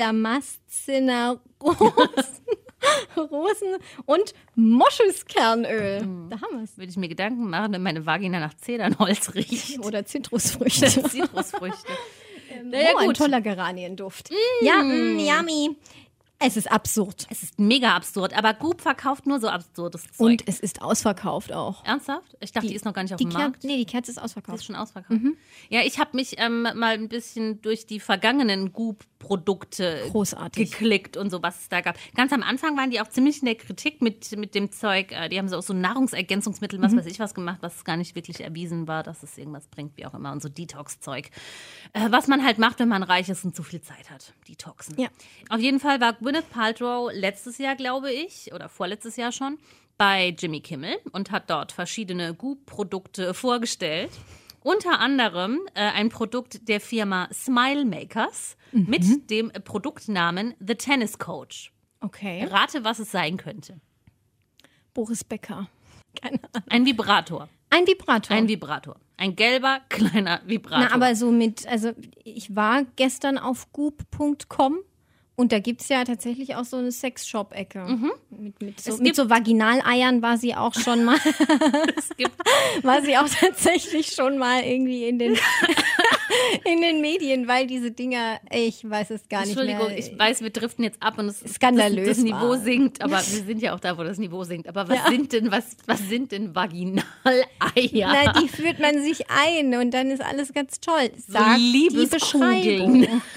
B: Damaszener Rosen, Rosen und Moschuskernöl. Da haben wir es.
C: Würde ich mir Gedanken machen, wenn meine Vagina nach Zedernholz riecht. Ähm,
B: Oder Zitrusfrüchte.
C: Zitrusfrüchte.
B: oh, ein toller Geranienduft. Ja, mm, yummy. Es ist absurd.
C: Mm. Es ist mega absurd, aber Goop verkauft nur so absurdes Zeug.
B: Und es ist ausverkauft auch.
C: Ernsthaft? Ich dachte, die, ist noch gar nicht auf
B: die
C: dem Markt.
B: Kerze, nee, die Kerze ist
C: Die ist
B: ausverkauft.
C: schon ausverkauft.
B: Mhm.
C: Ja, ich habe mich ähm, mal ein bisschen durch die vergangenen Goop-Produkte
B: Großartig.
C: geklickt und so, was es da gab. Ganz am Anfang waren die auch ziemlich in der Kritik mit, mit dem Zeug. Äh, Die haben so auch so Nahrungsergänzungsmittel,
B: Mhm.
C: was weiß ich was gemacht, was gar nicht wirklich erwiesen war, dass es irgendwas bringt, wie auch immer. Und so Detox-Zeug. Äh, was man halt macht, wenn man reich ist und zu viel Zeit hat. Detoxen.
B: Ja.
C: Auf jeden Fall war Gwyneth Paltrow letztes Jahr, glaube ich, oder vorletztes Jahr schon, bei Jimmy Kimmel und hat dort verschiedene Goop-Produkte vorgestellt. Unter anderem äh, ein Produkt der Firma Smile Makers
B: Mhm.
C: mit dem Produktnamen The Tennis Coach.
B: Okay.
C: Rate, was es sein könnte.
B: Boris Becker.
C: Ein Vibrator.
B: Ein Vibrator.
C: Ein Vibrator. Ein gelber, kleiner
B: Oh.
C: Vibrator.
B: Na, aber so mit, also ich war gestern auf goop.com und da gibt es ja tatsächlich auch so eine Sexshop-Ecke. Mit, mit, so,
C: Mhm. Es
B: mit
C: gibt-
B: so Vaginaleiern war sie auch schon mal,
C: es gibt
B: war sie auch tatsächlich schon mal irgendwie in den, in den Medien, weil diese Dinger, ich weiß es gar nicht
C: Entschuldigung,
B: mehr.
C: ich weiß, wir driften jetzt ab und es
B: Skandalös
C: Das, das Niveau
B: war.
C: sinkt, aber wir sind ja auch da, wo das Niveau sinkt. Aber was sind denn was, was sind denn Vaginaleier?
B: Na, die führt man sich ein und dann ist alles ganz toll. Sag die
C: Liebeskugeln.
B: Beschreibung.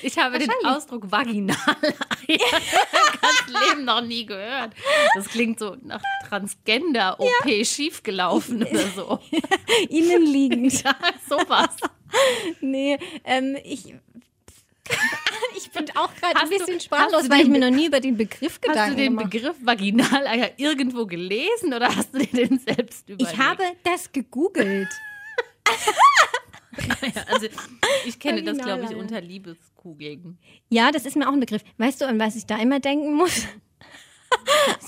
C: Ich habe den Ausdruck Vaginal das Leben noch nie gehört. Das klingt so nach Transgender-OP schiefgelaufen oder so.
B: Innenliegend.
C: Ja, sowas.
B: Nee, ähm, ich. Ich bin auch gerade ein
C: Hast du-
B: bisschen
C: hast
B: sprachlos,
C: du
B: weil ich
C: den
B: mir noch nie über den Begriff Gedanken
C: Hast du den
B: gemacht
C: Begriff Vaginaleier irgendwo gelesen oder hast du dir den selbst überlegt?
B: Ich habe das gegoogelt.
C: Also, ich kenne das, glaube ich,
B: Vaginaleier.
C: unter Liebeskugeln.
B: Ja, das ist mir auch ein Begriff. Weißt du, an was ich da immer denken muss?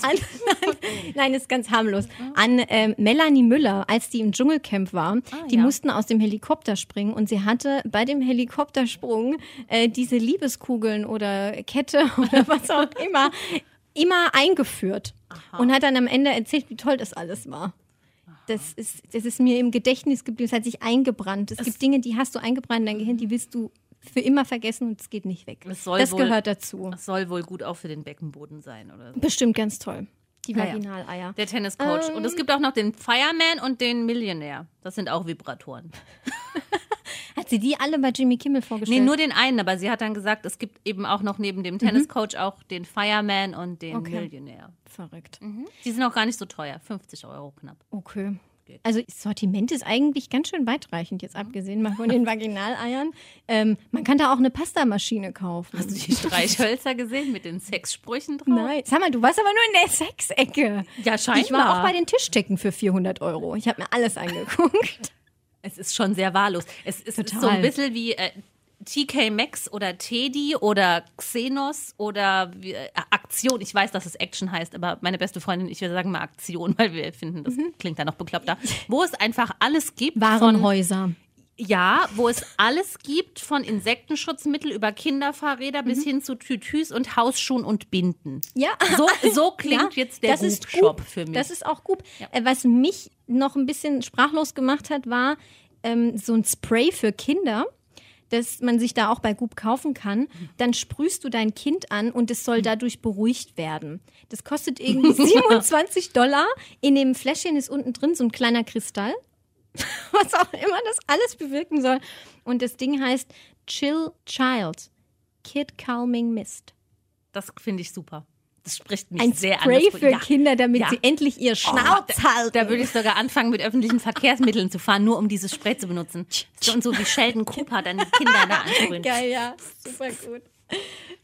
B: An, nein, nein, ist ganz harmlos. An ähm, Melanie Müller, als die im Dschungelcamp war. die
C: ja.
B: mussten aus dem Helikopter springen und sie hatte bei dem Helikoptersprung äh, diese Liebeskugeln oder Kette oder was auch immer immer eingeführt und hat dann am Ende erzählt, wie toll das alles war. Das ist, das ist mir im Gedächtnis geblieben, es hat sich eingebrannt. Es, gibt Dinge, die hast du eingebrannt in dein Gehirn, die willst du für immer vergessen und es geht nicht weg.
C: Es soll
B: das
C: wohl-
B: gehört dazu.
C: Das soll wohl gut auch für den Beckenboden sein oder so.
B: Bestimmt ganz toll. Die
C: Naja.
B: Vaginaleier.
C: Der Tenniscoach. und es gibt auch noch den Fireman und den Millionär. Das sind auch Vibratoren.
B: Hat sie die alle bei Jimmy Kimmel vorgestellt?
C: Nee, nur den einen, aber sie hat dann gesagt, es gibt eben auch noch neben dem Tenniscoach auch den Fireman und den
B: Okay.
C: Millionär.
B: Verrückt.
C: Die sind auch gar nicht so teuer, 50 Euro knapp.
B: Okay.
C: Geht. Mhm.
B: Also das Sortiment ist eigentlich ganz schön weitreichend, jetzt abgesehen mal von den Vaginaleiern. Ähm, man kann da auch eine Pastamaschine kaufen.
C: Hast du die Streichhölzer gesehen mit den Sexsprüchen drauf?
B: Nein. Sag mal, du warst aber nur in der Sexecke.
C: Ja, scheinbar.
B: Ich war auch bei den Tischdecken für 400 Euro. Ich habe mir alles angeguckt.
C: es ist schon sehr wahllos. Es ist, ist so
B: Total.
C: ein bisschen wie äh, TK Maxx oder Teddy oder Xenos oder wie, äh, Aktion. Ich weiß, dass es Action heißt, aber meine beste Freundin, ich würde sagen mal Aktion, weil wir finden, das
B: Mhm.
C: klingt dann noch bekloppter. Wo es einfach alles gibt. von-
B: Warenhäuser.
C: ja, wo es alles gibt, von Insektenschutzmittel über Kinderfahrräder bis hin zu Tütüs und Hausschuhen und Binden.
B: Mhm. Ja.
C: So, so klingt
B: Ja,
C: jetzt der
B: das ist
C: Shop
B: Goop.
C: für mich.
B: Das ist auch gut. Äh, Was mich noch ein bisschen sprachlos gemacht hat, war ähm, so ein Spray für Kinder. Das man sich da auch bei Goop kaufen kann,
C: Mhm.
B: dann sprühst du dein Kind an und es soll dadurch beruhigt werden. Das kostet irgendwie 27 Dollar. In dem Fläschchen ist unten drin so ein kleiner Kristall, was auch immer das alles bewirken soll. Und das Ding heißt Chill Child, Kid Calming Mist.
C: das finde ich super. Das spricht mich
B: Ein
C: sehr
B: Spray
C: an. Das-
B: für
C: ja.
B: Kinder, damit
C: Ja. Oh,
B: sie endlich ihr Schnauz halten.
C: Da würde ich sogar anfangen, mit öffentlichen Verkehrsmitteln zu fahren, nur um dieses Spray zu benutzen. So und so wie Sheldon Cooper dann die Kinder da ansprühen.
B: Geil, ja. Super gut.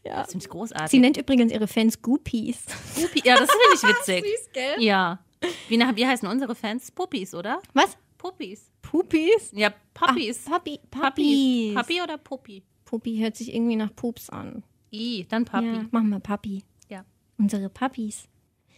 C: Das finde ich großartig.
B: Sie nennt übrigens ihre Fans Goopies.
C: Puppi- ja, das finde ich witzig.
B: Süß, gell?
C: Ja. Wie, nach, wie heißen unsere Fans? Puppies, oder?
B: Was?
C: Puppies.
B: Puppies?
C: Ja, Puppies.
B: Puppy,
C: Puppies.
B: Ah, Puppies.
C: Papi oder Puppi?
B: Puppi hört sich irgendwie nach Pups an.
C: I, dann Papi.
B: Ja, machen wir Papi.
C: Ja.
B: Unsere Puppies.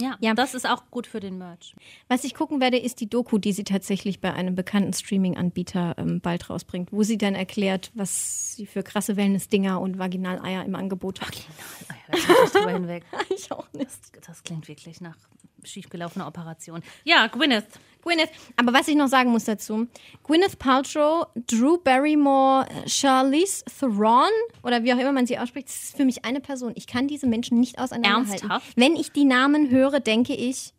C: Ja,
B: Ja.
C: das ist auch gut für den Merch.
B: Was ich gucken werde, ist die Doku, die sie tatsächlich bei einem bekannten Streaming-Anbieter ähm, bald rausbringt, wo sie dann erklärt, was sie für krasse Wellness-Dinger und Vaginaleier im Angebot hat.
C: Ah ja, da bin ich nicht drüber hinweg.
B: Ich auch nicht.
C: Das klingt wirklich nach schiefgelaufener Operation. Ja, Gwyneth.
B: Gwyneth. Aber was ich noch sagen muss dazu: Gwyneth Paltrow, Drew Barrymore, Charlize Theron oder wie auch immer man sie ausspricht, das ist für mich eine Person. Ich kann diese Menschen nicht auseinanderhalten.
C: Ernsthaft?
B: Wenn ich die Namen höre, denke ich,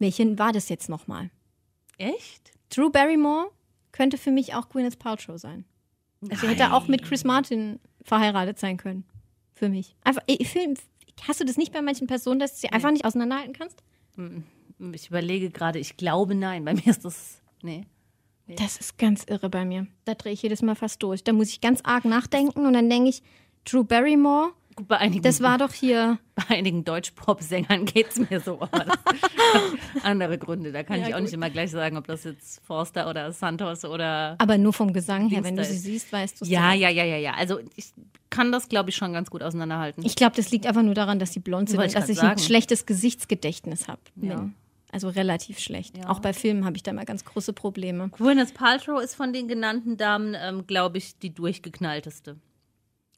B: welchen war das jetzt nochmal?
C: Echt?
B: Drew Barrymore könnte für mich auch Gwyneth Paltrow sein. Also Sie hätte auch mit Chris Martin verheiratet sein können. Für mich. Einfach, ich, fühl- hast du das nicht bei manchen Personen, dass du sie einfach nicht auseinanderhalten kannst?
C: Ich überlege gerade, ich glaube nein. Bei mir ist das. Nee.
B: Das ist ganz irre bei mir. Da drehe ich jedes Mal fast durch. Da muss ich ganz arg nachdenken und dann denke ich, Drew Barrymore,
C: Gut, bei einigen,
B: das war doch hier.
C: bei einigen Deutsch-Pop-Sängern geht es mir so. Aber das andere Gründe. Da kann
B: Ja,
C: ich auch
B: gut.
C: nicht immer gleich sagen, ob das jetzt Forster oder Santos oder.
B: Aber nur vom Gesang her, wenn du
C: Dings da
B: sie
C: ist.
B: siehst, weißt du es
C: Ja,
B: direkt.
C: ja, ja, ja, ja. Also ich kann das, glaube ich, schon ganz gut auseinanderhalten.
B: Ich glaube, das liegt einfach nur daran, dass sie blond sind
C: Wollte
B: und dass
C: ich grad
B: ich ein
C: sagen.
B: schlechtes Gesichtsgedächtnis habe.
C: Ja.
B: Also relativ schlecht.
C: Ja.
B: Auch bei Filmen habe ich da mal ganz große Probleme.
C: Gwyneth Paltrow ist von den genannten Damen, ähm, glaube ich, die durchgeknallteste.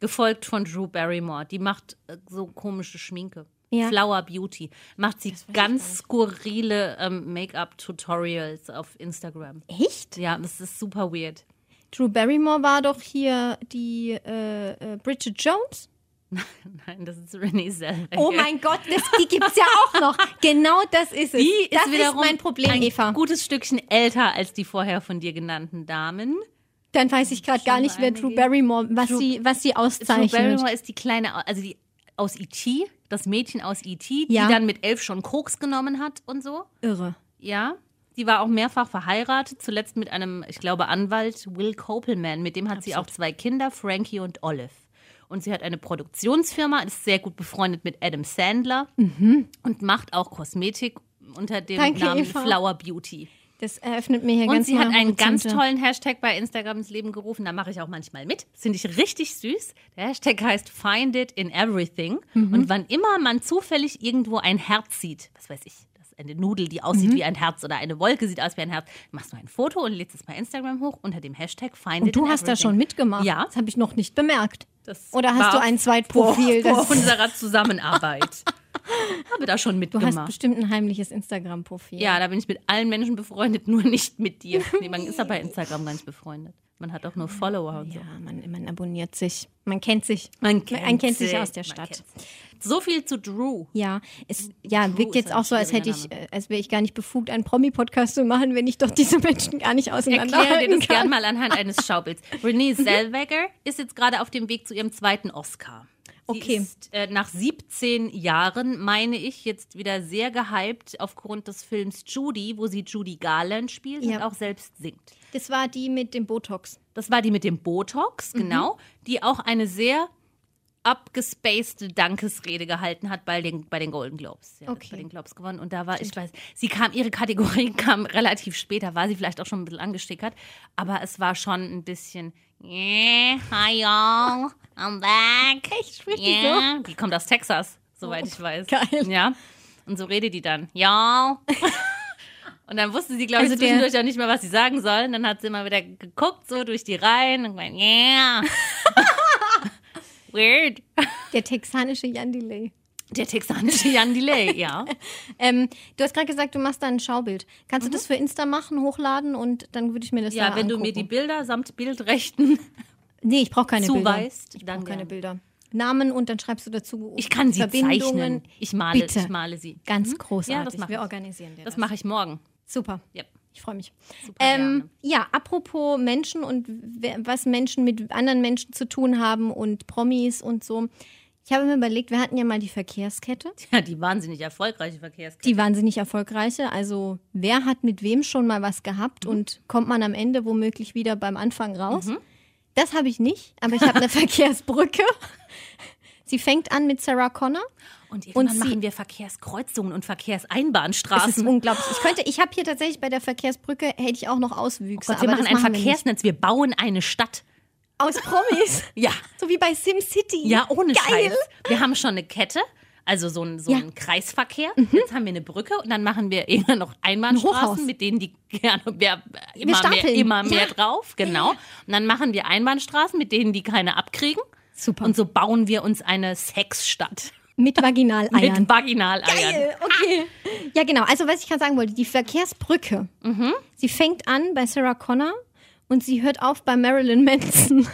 C: Gefolgt von Drew Barrymore. Die macht äh, so komische Schminke.
B: Ja.
C: Flower Beauty. Macht sie ganz skurrile ähm, Make-up-Tutorials auf Instagram.
B: Echt?
C: Ja, das ist super weird.
B: Drew Barrymore war doch hier die äh, äh, Bridget Jones.
C: Nein, das ist Renee Zellweger.
B: Oh mein Gott, das, die gibt's ja auch noch. Genau das ist es.
C: Die
B: das
C: ist wiederum
B: mein Problem,
C: ein
B: Eva.
C: gutes Stückchen älter als die vorher von dir genannten Damen.
B: Dann weiß ich gerade gar nicht, wer
C: einige.
B: Drew Barrymore, was
C: Drew-
B: sie, was sie
C: Drew
B: auszeichnet.
C: Barrymore ist die kleine, also die aus E.T., das Mädchen aus E.T., die
B: Ja.
C: dann mit elf schon Koks genommen hat und so.
B: Irre.
C: Ja. Die war auch mehrfach verheiratet, zuletzt mit einem, ich glaube, Anwalt Will Copelman. Mit dem hat sie auch zwei Kinder, Frankie und Olive. Und sie hat eine Produktionsfirma, ist sehr gut befreundet mit Adam Sandler und macht auch Kosmetik unter dem
B: Mhm. Danke,
C: Namen
B: Eva.
C: Flower Beauty.
B: Das eröffnet mir hier
C: Und
B: ganz
C: sie hat
B: neue
C: einen ganz
B: Horizonte.
C: tollen Hashtag bei Instagram ins Leben gerufen. Da mache ich auch manchmal mit. Das Finde ich richtig süß. Der Hashtag heißt Find It in Everything.
B: Mhm.
C: Und wann immer man zufällig irgendwo ein Herz sieht, was weiß ich, das ist eine Nudel, die
B: Mhm.
C: aussieht wie ein Herz oder eine Wolke sieht aus wie ein Herz, machst du ein Foto und lädst es bei Instagram hoch unter dem Hashtag Find
B: Und
C: It
B: du
C: in
B: hast da
C: Everything.
B: schon mitgemacht.
C: Ja.
B: Das habe ich noch nicht bemerkt.
C: Das
B: Oder hast du
C: war
B: ein Zweitprofil?
C: Vor, vor
B: das,
C: unserer Zusammenarbeit. Habe da schon
B: du hast
C: mitgemacht.
B: bestimmt ein heimliches Instagram-Profil.
C: Ja, da bin ich mit allen Menschen befreundet, nur nicht mit dir. Nee, man ist ja bei Instagram gar nicht befreundet. Man hat auch nur Follower und so.
B: Ja, man, man abonniert sich. Man kennt sich.
C: Man kennt,
B: man kennt sich
C: sie.
B: aus der
C: Man
B: Stadt.
C: kennt sie. So viel zu Drew.
B: Ja, es ja,
C: True
B: wirkt
C: ist
B: jetzt
C: ein
B: auch so, als hätte ich,
C: schwieriger
B: äh, als wäre ich gar nicht befugt, einen Promi-Podcast zu machen, wenn ich doch diese Menschen gar nicht
C: Erkläre dir
B: auseinanderhalten
C: das gern
B: kann.
C: mal anhand eines Schaubilds. Renee Zellweger ist jetzt gerade auf dem Weg zu ihrem zweiten Oscar. Sie
B: Okay.
C: Ist, äh, nach 17 Jahren, meine ich, jetzt wieder sehr gehypt aufgrund des Films Judy, wo sie Judy Garland spielt und
B: Ja.
C: auch selbst singt.
B: Das war die mit dem Botox.
C: Das war die mit dem Botox, genau, die auch eine sehr abgespacede Dankesrede gehalten hat bei den, bei den Golden Globes. Ja,
B: Okay.
C: Bei den Globes gewonnen. Und da war, ich weiß, sie kam, ihre Kategorie kam relativ später, war sie vielleicht auch schon ein bisschen angestickert, aber es war schon ein bisschen, yeah, hi y'all, I'm back.
B: Echt? Spricht die
C: yeah. die kommt aus Texas, soweit ich weiß.
B: ne? geil.
C: Ja. Und so redet die dann, y'all. Und dann wusste sie, glaube ich,
B: Also der-
C: zwischendurch auch nicht mehr, was sie sagen soll. Und dann hat sie immer wieder geguckt, so durch die Reihen und gemeint, yeah. Weird.
B: Der texanische Yandelay.
C: Der texanische Jan Delay, ja.
B: Ähm, du hast gerade gesagt, du machst da ein Schaubild. Kannst du das für Insta machen, hochladen und dann würde ich mir das
C: Mhm. Ja,
B: da
C: wenn du
B: angucken.
C: mir die Bilder samt Bildrechten
B: nee, ich brauche keine
C: zuweist,
B: Bilder. Ich
C: dann
B: brauche keine
C: gerne.
B: Bilder. Namen und dann schreibst du dazu
C: Ich kann sie
B: Verbindungen.
C: zeichnen. Ich male,
B: Bitte.
C: ich male sie.
B: Ganz
C: Mhm.
B: großartig.
C: Ja, das mache
B: Wir
C: ich.
B: organisieren dir das.
C: Das mache ich morgen.
B: Super.
C: Yep.
B: Ich freue mich.
C: Super
B: Ähm, ja, apropos Menschen und wer- was Menschen mit anderen Menschen zu tun haben und Promis und so. Ich habe mir überlegt, wir hatten ja mal die Verkehrskette,
C: Ja, die wahnsinnig erfolgreiche Verkehrskette.
B: die wahnsinnig erfolgreiche. Also wer hat mit wem schon mal was gehabt
C: Mhm.
B: und kommt man am Ende womöglich wieder beim Anfang raus? Das habe ich nicht, aber ich habe eine Verkehrsbrücke. Sie fängt an mit Sarah Connor.
C: Und irgendwann
B: Und sie-
C: machen wir Verkehrskreuzungen und
B: Das ist
C: Verkehrseinbahnstraßen.
B: unglaublich. Ich könnte, ich habe hier tatsächlich bei der Verkehrsbrücke hätte ich auch noch Auswüchse.
C: Gott, wir
B: aber
C: machen
B: das
C: ein
B: machen wir nicht.
C: Verkehrsnetz. Wir bauen eine Stadt.
B: aus Promis.
C: Ja.
B: So wie bei SimCity.
C: Ja, oh, ohne
B: Geil.
C: Scheiß. Wir haben schon eine Kette, also so einen, so
B: Ja. Mhm.
C: einen Kreisverkehr. Jetzt haben wir eine Brücke und dann machen wir irgendwann noch
B: Hochhaus.
C: Einbahnstraßen, mit denen die gerne wer, immer, mehr,
B: staffeln.
C: immer mehr
B: Ja.
C: drauf. Genau. Und dann machen wir Einbahnstraßen, mit denen die keine abkriegen.
B: Super.
C: Und so bauen wir uns eine Sexstadt.
B: Mit Vaginaleiern.
C: Mit Vaginaleiern.
B: Geil, okay. Ja, genau. Also, was ich gerade sagen wollte, die Verkehrsbrücke.
C: Mhm.
B: Sie fängt an bei Sarah Connor und sie hört auf bei Marilyn Manson.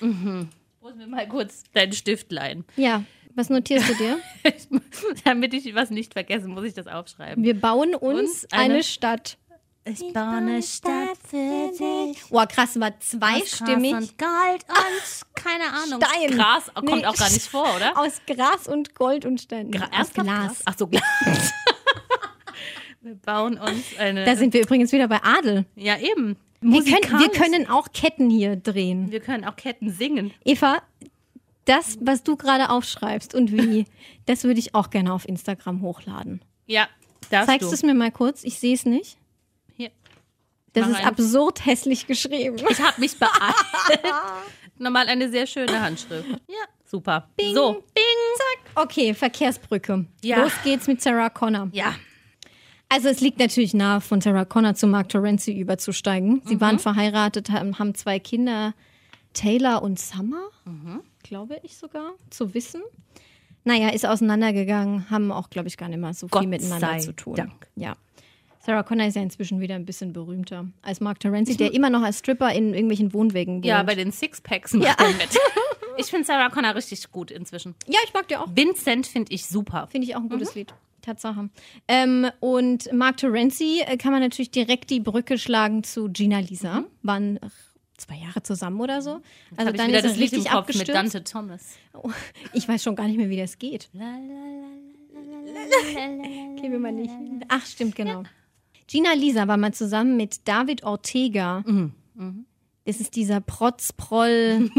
C: Muss mir mal kurz deinen Stift leihen.
B: Ja, was notierst du dir?
C: Damit ich was nicht vergesse, muss ich das aufschreiben.
B: Wir bauen uns,
C: Uns eine-
B: eine, Stadt.
C: Ich baue eine Stadt für dich.
B: Boah, krass, war zweistimmig.
C: Gras und Gold und keine Ahnung.
B: Stein.
C: Gras oh, kommt
B: Nee,
C: auch gar nicht vor, oder?
B: Aus Gras und Gold und Stein.
C: Gra-
B: aus
C: ernsthaft
B: Glas.
C: Ach so, Glas. wir bauen uns eine.
B: Da sind wir übrigens wieder bei Adel.
C: ja, eben.
B: Wir können, wir
C: Musikalisch.
B: können auch Ketten hier drehen.
C: Wir können auch Ketten singen.
B: Eva, das, was du gerade aufschreibst und wie, das würde ich auch gerne auf Instagram hochladen.
C: Ja, darfst
B: Zeigst du
C: du.
B: es mir mal kurz? Ich sehe es nicht.
C: Hier.
B: Das
C: Mach
B: ist
C: eins.
B: absurd hässlich geschrieben.
C: Ich habe mich beeilt. Nochmal eine sehr schöne Handschrift. Ja, super. So,
B: Okay, Verkehrsbrücke.
C: Ja.
B: Los geht's mit Sarah Connor.
C: ja.
B: Also es liegt natürlich nahe, von Sarah Connor zu Mark Terenzi überzusteigen.
C: Mhm.
B: Sie waren verheiratet, haben haben zwei Kinder, Taylor und Summer,
C: Mhm.
B: glaube ich sogar, zu wissen. Naja, ist auseinandergegangen, haben auch, glaube ich, gar nicht mehr so
C: Gott
B: viel miteinander
C: sei
B: zu tun.
C: Dank.
B: Ja. Sarah Connor ist ja inzwischen wieder ein bisschen berühmter als Mark Terenzi, der immer noch als Stripper in irgendwelchen Wohnwegen wohnt.
C: Ja, bei den Sixpacks macht
B: Ja.
C: er mit. Ich finde Sarah Connor richtig gut inzwischen.
B: ja ich mag die auch.
C: Vincent finde ich super.
B: Finde ich auch ein gutes
C: Mhm.
B: Lied. Tatsache. Ähm, und Mark Terenzi äh, kann man natürlich direkt die Brücke schlagen zu Gina Lisa. Waren ach, zwei Jahre zusammen oder so. Also
C: Mhm. Hab ich
B: dann
C: wieder
B: ist
C: das
B: es
C: Lied im
B: richtig
C: Kopf mit
B: abgestürzt.
C: Dante Thomas.
B: Oh, ich weiß schon gar nicht mehr, wie das geht. Okay, will man nicht. Ach, stimmt, genau. Gina Lisa war mal zusammen mit David Ortega.
C: Mhm.
B: Das ist dieser Protzproll.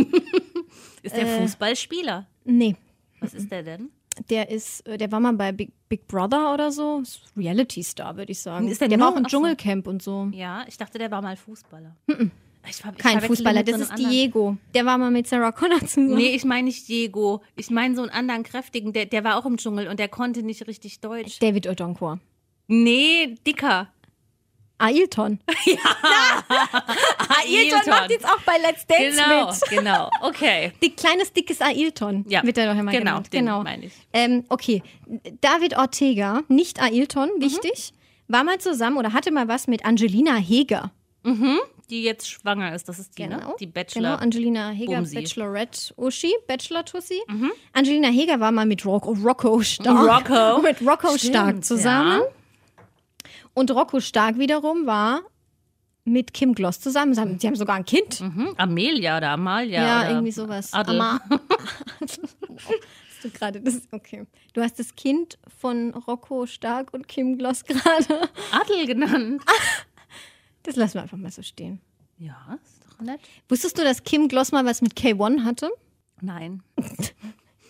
C: Ist der
B: Äh.
C: Fußballspieler?
B: nee,
C: Was ist der denn?
B: Der ist, äh, der war mal bei Big, Big Brother oder so. Ist Reality Star, würde ich sagen.
C: Ist der
B: der war
C: nur-
B: auch im
C: ach so.
B: Dschungelcamp und so.
C: Ja, ich dachte, der war mal Fußballer. Ich war- ich
B: Kein
C: verwechsel ihn
B: Fußballer,
C: mit so
B: das
C: einem
B: ist
C: anderen.
B: Diego. Der war mal mit Sarah Connor zusammen.
C: Nee, ich meine nicht Diego. Ich meine so einen anderen kräftigen, der, der war auch im Dschungel und der konnte nicht richtig Deutsch.
B: David Odonkor.
C: Nee, dicker.
B: Ailton.
C: Ailton.
B: auch bei Let's Dance
C: Genau, genau. Okay.
B: Dick, kleines, dickes Ailton
C: Ja.
B: wird er doch immer
C: Genau,
B: genannt.
C: den meine ich.
B: Ähm, okay, David Ortega, nicht Ailton,
C: Mhm.
B: wichtig, war mal zusammen oder hatte mal was mit Angelina Heger.
C: Die jetzt schwanger ist, das ist die, ne? Die Bachelor.
B: Genau, Angelina Heger,
C: Bumsi. Mhm.
B: Bachelorette Uschi, Bachelor-Tussi. Angelina Heger war mal mit Rocco, Rocco Stark.
C: Rocco.
B: Mit Rocco
C: Stimmt,
B: Stark zusammen.
C: ja.
B: Und Rocco Stark wiederum war mit Kim Gloss zusammen. Sie haben, die haben sogar ein Kind.
C: Mhm. Amelia oder Amalia.
B: Ja,
C: oder
B: irgendwie sowas.
C: Adel.
B: Ama- hast du gerade das? Okay. Du hast das Kind von Rocco Stark und Kim Gloss gerade.
C: Adel genannt.
B: Ah. Das lassen wir einfach mal so stehen.
C: Ja, ist doch nett.
B: Wusstest du, dass Kim Gloss mal was mit K1 hatte?
C: Nein.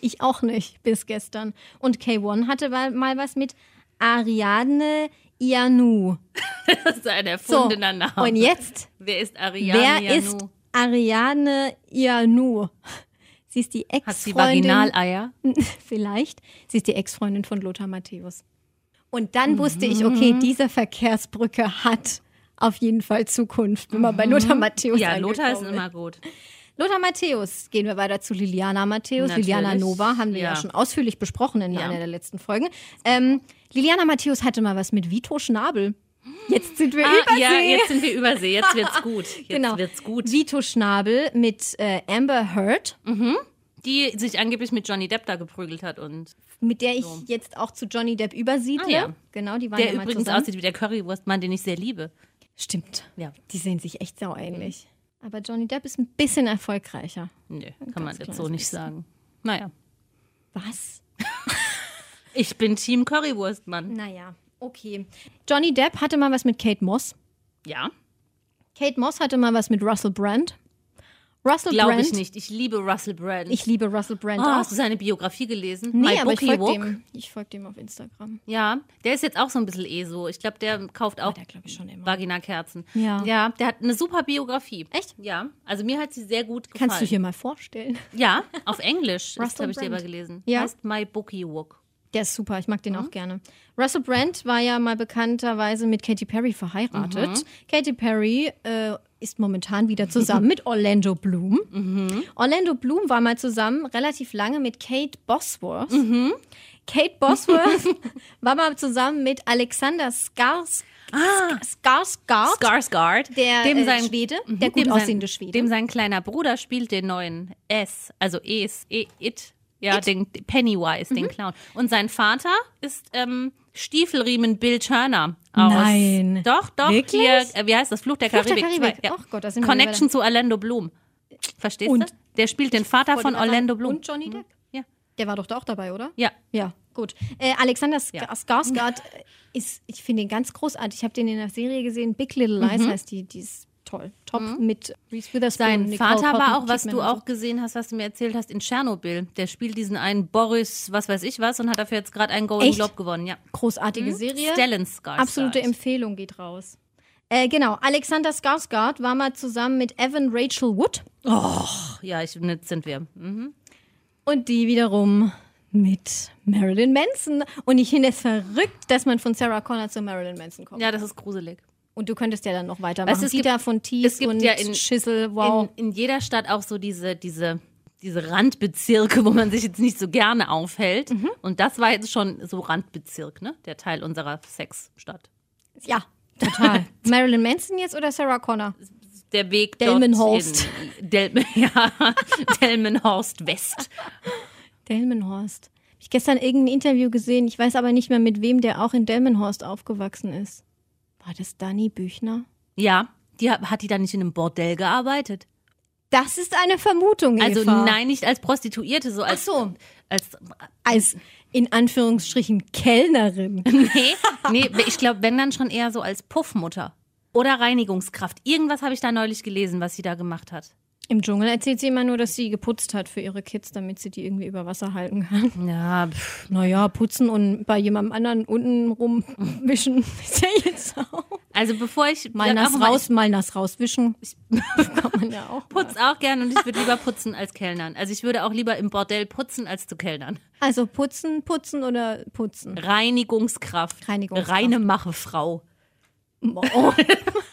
B: Ich auch nicht, bis gestern. Und K1 hatte mal mal was mit Ariadne Ianu.
C: Das ist ein erfundener Name.
B: und jetzt,
C: Wer ist Ariane?
B: wer
C: Janu?
B: ist Ariadne Ianu? Sie ist die
C: Hat sie
B: Ex-Freundin.
C: Vaginaleier?
B: Vielleicht. Sie ist die Ex-Freundin von Lothar Matthäus. Und
C: Mhm.
B: dann wusste ich, okay, diese Verkehrsbrücke hat auf jeden Fall Zukunft, wenn man bei Lothar Matthäus
C: Ja, Lothar ist
B: angekommen
C: immer gut.
B: Lothar Matthäus, gehen wir weiter zu Liliana Matthäus.
C: Natürlich.
B: Liliana Nova haben wir ja.
C: Ja.
B: schon ausführlich besprochen in
C: Ja.
B: einer der letzten Folgen. Ähm, Liliana Matthäus hatte mal was mit Vito Schnabel. Jetzt sind wir
C: Ah,
B: übersee.
C: ja, jetzt sind wir übersee. Jetzt wird's gut. Jetzt
B: genau.
C: wird's gut. Mhm.
B: Vito Schnabel mit äh, Amber Heard,
C: Die sich angeblich mit Johnny Depp da geprügelt hat und
B: mit der ich jetzt auch zu Johnny Depp übersiedle.
C: Ah, ja.
B: Genau, die waren
C: der
B: ja mal
C: übrigens
B: zusammen.
C: aussieht wie der Currywurstmann, den ich sehr liebe.
B: Stimmt.
C: Ja, Mhm.
B: Die sehen sich echt sauähnlich. Aber Johnny Depp ist ein bisschen erfolgreicher.
C: nee, kann man
B: ganz
C: jetzt
B: kleines
C: so nicht
B: bisschen.
C: sagen. Naja.
B: Was?
C: Ich bin Team Currywurstmann.
B: Naja, okay. Johnny Depp hatte mal was mit Kate Moss.
C: Ja,
B: Kate Moss hatte mal was mit Russell Brand. Russell
C: glaube
B: Brand.
C: ich nicht. Ich liebe Russell Brand.
B: Ich liebe Russell Brand
C: oh,
B: auch.
C: hast du seine Biografie gelesen?
B: Nee,
C: My
B: aber ich
C: Bookie
B: folge
C: Wook?
B: dem. Ich folge dem auf Instagram.
C: Ja, der ist jetzt auch so ein bisschen eh so. Ich glaube, der kauft auch
B: Der glaube ich schon immer.
C: Vaginakerzen.
B: Ja.
C: Ja, der hat eine super Biografie.
B: Echt?
C: Ja. Also mir hat sie sehr gut gefallen.
B: Kannst du hier mal vorstellen?
C: Ja, auf Englisch. das
B: Russell
C: habe ich dir
B: Brand.
C: aber gelesen.
B: Ja.
C: Heißt My Bookie Wook.
B: Der ist super, ich mag
C: Mhm.
B: den auch gerne. Russell
C: Mhm.
B: Brand war ja mal bekannterweise mit Katy Perry verheiratet. Katy Perry äh, ist momentan wieder zusammen mit Orlando Bloom.
C: Mhm.
B: Orlando Bloom war mal zusammen relativ lange mit Kate Bosworth.
C: Mhm.
B: Kate Bosworth war mal zusammen mit Alexander Skars
C: Ah.
B: Skarsgård.
C: Skarsgård,
B: Der,
C: dem
B: äh,
C: sein Schwede,
B: der gut
C: dem sein-
B: aussehende Schwede.
C: Dem sein kleiner Bruder spielt den neuen S, also Es, e, It, ja, den Pennywise,
B: Mhm.
C: den Clown. Und sein Vater ist ähm, Stiefelriemen Bill Turner aus.
B: Nein.
C: Doch, doch,
B: Wirklich?
C: hier, äh, wie heißt das? Fluch der
B: Fluch der
C: Karibik.
B: Karibik.
C: zwei, ja.
B: Ach Gott, da sind wir
C: Connection zu Orlando Bloom. Verstehst
B: Und?
C: du? Der spielt den Vater von Orlando Bloom. Mhm.
B: Und Johnny Depp.
C: Ja.
B: Der war doch da auch dabei, oder?
C: Ja.
B: Ja, gut. Äh, Alexander Sk
C: Ja.
B: Skarsgård äh, ist, ich finde ihn ganz großartig. Ich habe den in der Serie gesehen. Big Little Lies heißt die. Die ist toll. Top mit Reese Witherspoon.
C: Mhm. Sein
B: Nicole
C: Vater
B: Kidman
C: war auch, was
B: und
C: du
B: so.
C: auch gesehen hast, was du mir erzählt hast, in Tschernobyl. Der spielt diesen einen Boris, was weiß ich was, und hat dafür jetzt gerade einen Golden
B: Echt?
C: Globe gewonnen. Ja. Mhm.
B: Großartige Serie.
C: Stellan Skarsgård.
B: Absolute Empfehlung geht raus. Äh, genau, Alexander Skarsgård war mal zusammen mit Evan Rachel Wood
C: Ja, ich, ne, sind wir. Mhm.
B: und die wiederum mit Marilyn Manson. Und ich finde es verrückt, dass man von Sarah Connor zu Marilyn Manson kommt.
C: Ja, das ist gruselig.
B: Und du könntest ja dann noch weitermachen.
C: Weißt du, es
B: Dieter
C: gibt-
B: von
C: es
B: Thies
C: gibt
B: und
C: ja in-
B: Schissel, wow.
C: In, in jeder Stadt auch so diese, diese, diese Randbezirke, wo man sich jetzt nicht so gerne aufhält.
B: Mhm.
C: Und das war jetzt schon so Randbezirk, ne? Der Teil unserer Sexstadt.
B: ja, total. Marilyn Manson jetzt oder Sarah Connor?
C: Der Weg
B: Delmenhorst.
C: dort in Del, ja, Delmenhorst West.
B: Delmenhorst. Hab ich gestern irgendein Interview gesehen, ich weiß aber nicht mehr mit wem, der auch in Delmenhorst aufgewachsen ist. War das Dani Büchner?
C: Ja, die, hat hat die da nicht in einem Bordell gearbeitet?
B: Das ist eine Vermutung,
C: Also
B: Eva.
C: nein, nicht als Prostituierte, so
B: Ach
C: als,
B: so,
C: als
B: als in Anführungsstrichen Kellnerin.
C: Nee, nee ich glaube, wenn dann schon eher so als Puffmutter oder Reinigungskraft. Irgendwas habe ich da neulich gelesen, was sie da gemacht hat.
B: Im Dschungel erzählt sie immer nur, dass sie geputzt hat für ihre Kids, damit sie die irgendwie über Wasser halten kann.
C: Ja, pff.
B: Naja, putzen und bei jemandem anderen unten rumwischen ist ja jetzt auch.
C: also bevor ich
B: Mal
C: dann
B: nass
C: auch mal-
B: raus, mal nass rauswischen. Kann man ja auch.
C: ich putz auch gern und ich würde lieber putzen als Kellnern. Also ich würde auch lieber im Bordell putzen als zu Kellnern.
B: Also putzen, putzen oder putzen.
C: Reinigungskraft,
B: Reinigungskraft.
C: reine Machefrau.
B: Oh.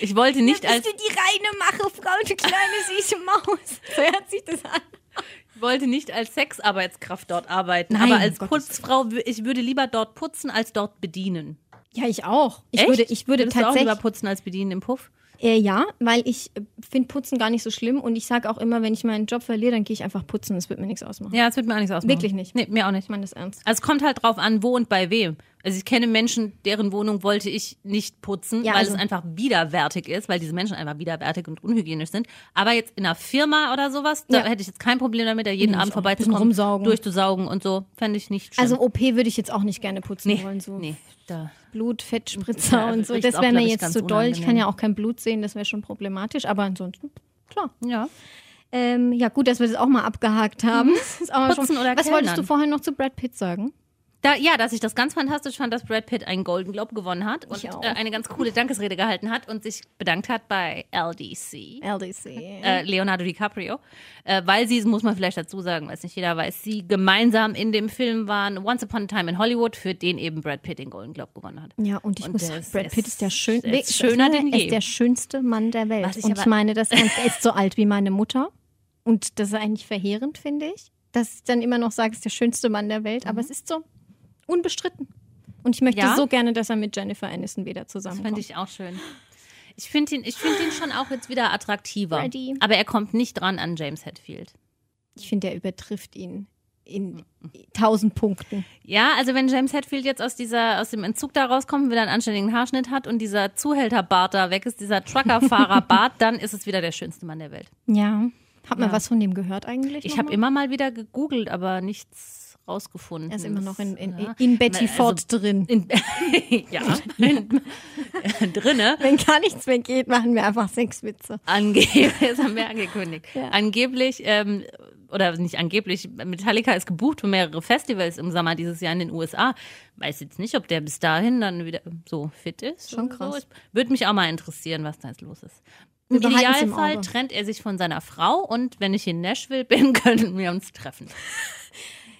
C: Ich wollte nicht als
B: du die reine Mache, Frau, du kleine süße Maus. So hört sich das an.
C: ich wollte nicht als Sexarbeitskraft dort arbeiten,
B: Nein,
C: aber als
B: um Gottes
C: Putzfrau wü- ich würde lieber dort putzen als dort bedienen.
B: Ja, ich auch. Ich
C: Echt?
B: würde, ich würde
C: Würdest du auch
B: tatsächlich.
C: lieber putzen als bedienen im Puff?
B: Äh, ja, weil ich finde Putzen gar nicht so schlimm und ich sage auch immer, wenn ich meinen Job verliere, dann gehe ich einfach putzen. Das wird mir nichts ausmachen.
C: Ja, das wird mir auch nichts ausmachen.
B: Wirklich nicht.
C: Nee, mir auch nicht.
B: Ich meine das ernst.
C: Also es kommt halt drauf an, wo und bei wem. Also ich kenne Menschen, deren Wohnung wollte ich nicht putzen,
B: Ja,
C: weil
B: also-
C: es einfach widerwärtig ist, weil diese Menschen einfach widerwärtig und unhygienisch sind. Aber jetzt in einer Firma oder sowas, da
B: Ja.
C: hätte ich jetzt kein Problem damit, da jeden
B: Nee,
C: Abend
B: ich auch. Bisschen
C: vorbeizukommen,
B: rumsaugen.
C: durchzusaugen und so, fände ich nicht schlimm.
B: Also OP würde ich jetzt auch nicht gerne putzen
C: nee,
B: wollen. So
C: nee, da.
B: Blut, Fettspritzer
C: Ja,
B: und so.
C: riecht's
B: Das
C: auch,
B: wäre mir
C: glaub ich,
B: jetzt
C: ganz
B: zu doll. Ich kann
C: unangenehm.
B: ja auch kein Blut sehen, das wäre schon problematisch. Aber ansonsten, klar.
C: Ja.
B: Ähm, ja, gut, dass wir das auch mal abgehakt haben. Das ist auch mal
C: Mhm. Putzen oder
B: Was wolltest du
C: Kellnern?
B: vorhin noch zu Brad Pitt sagen?
C: Da, ja, dass ich das ganz fantastisch fand, dass Brad Pitt einen Golden Globe gewonnen hat und
B: Ich auch.
C: äh, eine ganz coole Dankesrede gehalten hat und sich bedankt hat bei LDC.
B: LDC.
C: äh, Leonardo DiCaprio, äh, weil sie, das muss man vielleicht dazu sagen, weiß nicht jeder weiß, sie gemeinsam in dem Film waren, Once Upon a Time in Hollywood, für den eben Brad Pitt den Golden Globe gewonnen hat.
B: Ja, und ich
C: Und
B: muss
C: der
B: sagen,
C: ist-
B: Brad Pitt ist der schön,
C: der ist schöner denn
B: er
C: je.
B: ist der schönste Mann der Welt.
C: Was ich
B: und ich
C: aber-
B: meine, das ernst. er ist so alt wie meine Mutter. Und das ist eigentlich verheerend, finde ich. Dass ich dann immer noch sage, es ist der schönste Mann der Welt. Aber es ist so unbestritten. Und ich möchte
C: Mhm. Ja?
B: so gerne, dass er mit Jennifer Aniston wieder
C: Das fand
B: zusammenkommt.
C: ich auch schön. Ich finde ihn, ich find ihn schon auch jetzt wieder attraktiver.
B: Brady.
C: Aber er kommt nicht dran an James Hetfield.
B: ich finde, er übertrifft ihn
C: Mhm.
B: in tausend Punkten.
C: Ja, also wenn James Hetfield jetzt aus dieser, aus dem Entzug da rauskommt, wieder einen anständigen Haarschnitt hat und dieser Zuhälterbart da weg ist, dieser Truckerfahrerbart, dann ist es wieder der schönste Mann der Welt.
B: Ja. Hat man
C: Ja.
B: was von dem gehört eigentlich?
C: Ich
B: nochmal?
C: habe immer mal wieder gegoogelt, aber nichts rausgefunden.
B: Er ist ne? immer noch in, in,
C: Ja.
B: in Betty
C: Also-
B: Ford drin.
C: In, ja, in, drinne.
B: Wenn gar nichts mehr geht, machen wir einfach Sexwitze.
C: Angeblich, das haben wir angekündigt.
B: Ja.
C: Angeblich, ähm, oder nicht angeblich, Metallica ist gebucht für mehrere Festivals im Sommer dieses Jahr in den USA. Weiß jetzt nicht, ob der bis dahin dann wieder so fit ist.
B: Schon
C: oder
B: krass.
C: So. Würde mich auch mal interessieren, was da jetzt los ist. Im
B: Wir behalten's im
C: Idealfall
B: Auge.
C: trennt er sich von seiner Frau und wenn ich in Nashville bin, können wir uns treffen.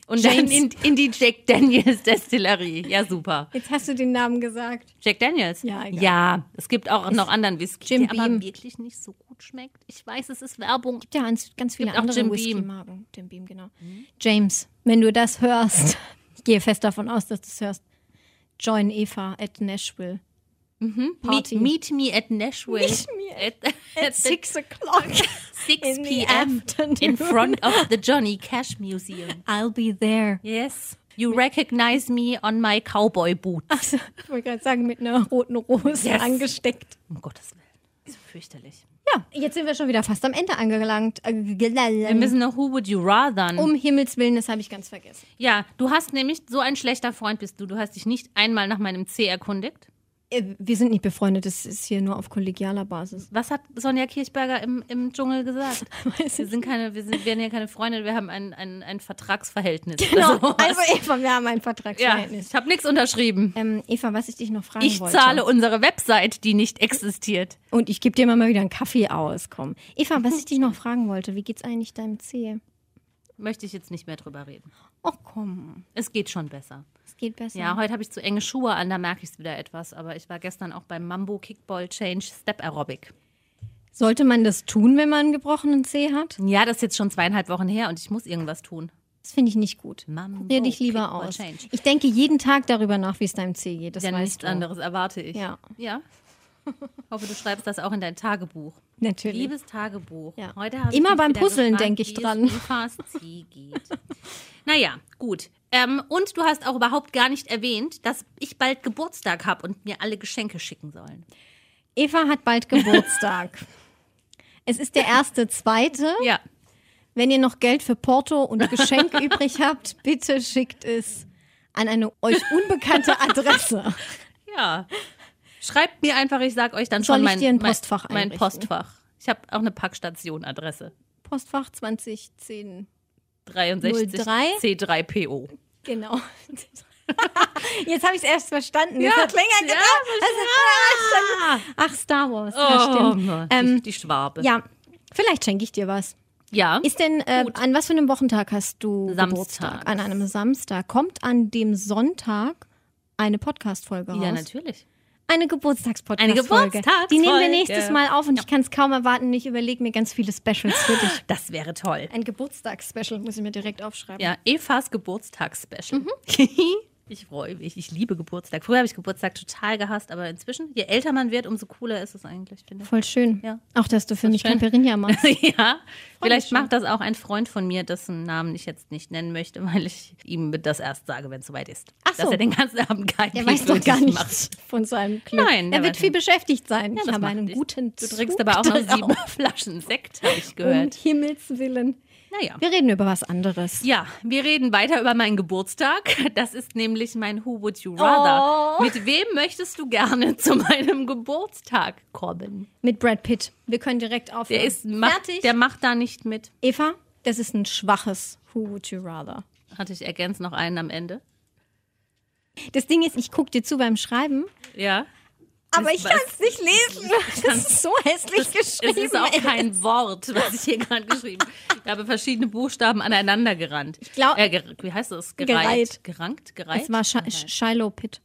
C: Und
B: James.
C: dann in, in die Jack Daniels Destillerie. Ja, super.
B: Jetzt hast du den Namen gesagt.
C: Jack Daniels?
B: Ja, egal.
C: ja es gibt auch noch anderen Whisky,
B: Jim
C: der aber
B: Beam.
C: wirklich nicht so gut schmeckt. Ich weiß, es ist Werbung.
B: Gibt ja ganz, ganz viele
C: Gibt auch
B: andere
C: Jim Beam.
B: Whisky-Marken. Jim Beam, genau. James, wenn du das hörst, ich gehe fest davon aus, dass du es hörst, join Eva at Nashville.
C: Meet,
B: Party.
C: meet me at Nashville.
B: Meet me
C: at, at the
B: Six o'clock
C: 6
B: in the
C: p.m. in
B: afternoon.
C: front of the Johnny Cash Museum.
B: I'll be there.
C: Yes. You recognize me on my cowboy boot.
B: Achso, ich wollte gerade sagen, mit einer roten Rose
C: Yes.
B: angesteckt.
C: Um Gottes Willen. Das ist fürchterlich.
B: Ja, jetzt sind wir schon wieder fast am Ende angelangt. Äh,
C: Wir müssen noch Who Would You Rather.
B: Um Himmels Willen, das habe ich ganz vergessen.
C: Ja, du hast nämlich, so ein schlechter Freund bist du, du hast dich nicht einmal nach meinem C erkundigt.
B: Äh, Wir sind nicht befreundet, das ist hier nur auf kollegialer Basis.
C: Was hat Sonja Kirchberger im, im Dschungel gesagt?
B: Weiß
C: Wir sind keine, wir sind, werden ja keine Freunde, wir haben ein, ein, ein Vertragsverhältnis.
B: Genau,
C: Oder sowas.
B: also Eva, wir haben ein
C: ja,
B: Vertragsverhältnis.
C: ich habe nichts unterschrieben.
B: Ähm, Eva, was ich dich noch fragen
C: Ich
B: wollte.
C: zahle unsere Website, die nicht existiert.
B: Und ich gebe dir immer mal wieder einen Kaffee aus, komm. Eva, was ich dich noch fragen wollte, wie geht's eigentlich deinem Zeh?
C: Möchte ich jetzt nicht mehr drüber reden.
B: Oh komm,
C: Es geht schon besser.
B: es geht besser.
C: Ja, heute habe ich zu enge Schuhe an, da merke ich es wieder etwas. Aber ich war gestern auch beim Mambo Kickball Change Step Aerobic.
B: Sollte man das tun, wenn man einen gebrochenen Zeh hat?
C: Ja, das ist jetzt schon zweieinhalb Wochen her und ich muss irgendwas tun.
B: Das finde ich nicht gut.
C: Mambo
B: Probier dich lieber
C: Kickball
B: aus.
C: Change.
B: Ich denke jeden Tag darüber nach, wie es deinem Zeh geht. Das
C: Ja,
B: weißt
C: nichts
B: du.
C: anderes erwarte ich.
B: Ja.
C: Ja. Hoffe, du schreibst das auch in dein Tagebuch.
B: Natürlich.
C: Liebes Tagebuch.
B: Ja.
C: Heute habe
B: Immer
C: ich mich
B: beim
C: wieder
B: Puzzeln
C: gefragt,
B: denke ich
C: wie es
B: dran.
C: um Fast Tea geht. Naja, gut. Ähm, und du hast auch überhaupt gar nicht erwähnt, dass ich bald Geburtstag habe und mir alle Geschenke schicken sollen.
B: Eva hat bald Geburtstag. es ist der erste, zweite.
C: Ja.
B: Wenn ihr noch Geld für Porto und Geschenk übrig habt, bitte schickt es an eine euch unbekannte Adresse.
C: Ja. Schreibt mir einfach, ich sag euch dann
B: Soll
C: schon
B: ich
C: mein
B: dir ein
C: mein-
B: Postfach
C: Mein
B: einrichten?
C: Postfach. Ich habe auch eine Packstation-Adresse.
B: Postfach 2010. 03?
C: 63 C3PO.
B: Genau. Jetzt habe ich es erst verstanden. Ja,
C: Ja,
B: das hat länger
C: ja,
B: gedauert. Das hat länger gedauert. Ach, Star Wars. ja,
C: Oh,
B: stimmt.
C: Mann, die,
B: Ähm,
C: die Schwabe.
B: ja, vielleicht schenke ich dir was.
C: ja.
B: Ist denn, äh, an was für einem Wochentag hast du
C: Samstag.
B: Geburtstag? An einem Samstag. Kommt an dem Sonntag eine Podcast-Folge raus?
C: ja, natürlich.
B: Eine Geburtstagspodcast.
C: Eine Geburtstagsfolge.
B: Die nehmen wir nächstes
C: Ja.
B: Mal auf und ich kann es kaum erwarten. Ich überlege mir ganz viele Specials für dich.
C: Das wäre toll.
B: Ein Geburtstagsspecial muss ich mir direkt aufschreiben.
C: Ja, Evas Geburtstagsspecial.
B: Mhm.
C: ich freue mich. Ich liebe Geburtstag. Früher habe ich Geburtstag total gehasst, aber inzwischen, je älter man wird, umso cooler ist es eigentlich, finde
B: Voll schön.
C: Ja.
B: Auch, dass du für mich
C: schön.
B: Camperinja machst.
C: ich. ja, vielleicht
B: schon.
C: macht das auch ein Freund von mir, dessen Namen ich jetzt nicht nennen möchte, weil ich ihm das erst sage, wenn es soweit ist.
B: Ach
C: Dass
B: so.
C: er den ganzen Abend kein
B: Der
C: Piep
B: weiß doch
C: wirklich
B: gar nichts
C: macht.
B: von seinem Glück.
C: Nein, der
B: er wird
C: weiß
B: viel
C: nicht.
B: beschäftigt sein.
C: Ja,
B: ich
C: das
B: habe
C: macht
B: einen
C: nichts.
B: guten
C: Du trinkst
B: Zug
C: aber auch noch
B: darauf.
C: sieben Flaschen Sekt, habe ich
B: Um
C: gehört.
B: Himmels Willen.
C: Naja.
B: Wir reden über was anderes.
C: Ja, wir reden weiter über meinen Geburtstag. Das ist nämlich mein Who Would You Rather.
B: Oh.
C: Mit wem möchtest du gerne zu meinem Geburtstag kommen?
B: Mit Brad Pitt. Wir können direkt aufhören.
C: Der ist macht,
B: Fertig.
C: der macht da nicht mit.
B: Eva, das ist ein schwaches Who Would You Rather.
C: Hatte ich ergänzt noch einen am Ende.
B: Das Ding ist, ich gucke dir zu beim Schreiben,
C: Ja.
B: aber
C: Das-
B: ich kann es nicht lesen. Das ist so hässlich
C: Es
B: geschrieben.
C: ist auch
B: ey.
C: kein Wort, was ich hier gerade geschrieben habe. Ich habe verschiedene Buchstaben aneinander gerannt. Ich
B: glaub-
C: äh, ger wie heißt das?
B: Gereiht.
C: Gereiht. Gerankt? Gereiht?
B: es war Sh Shiloh Pitt.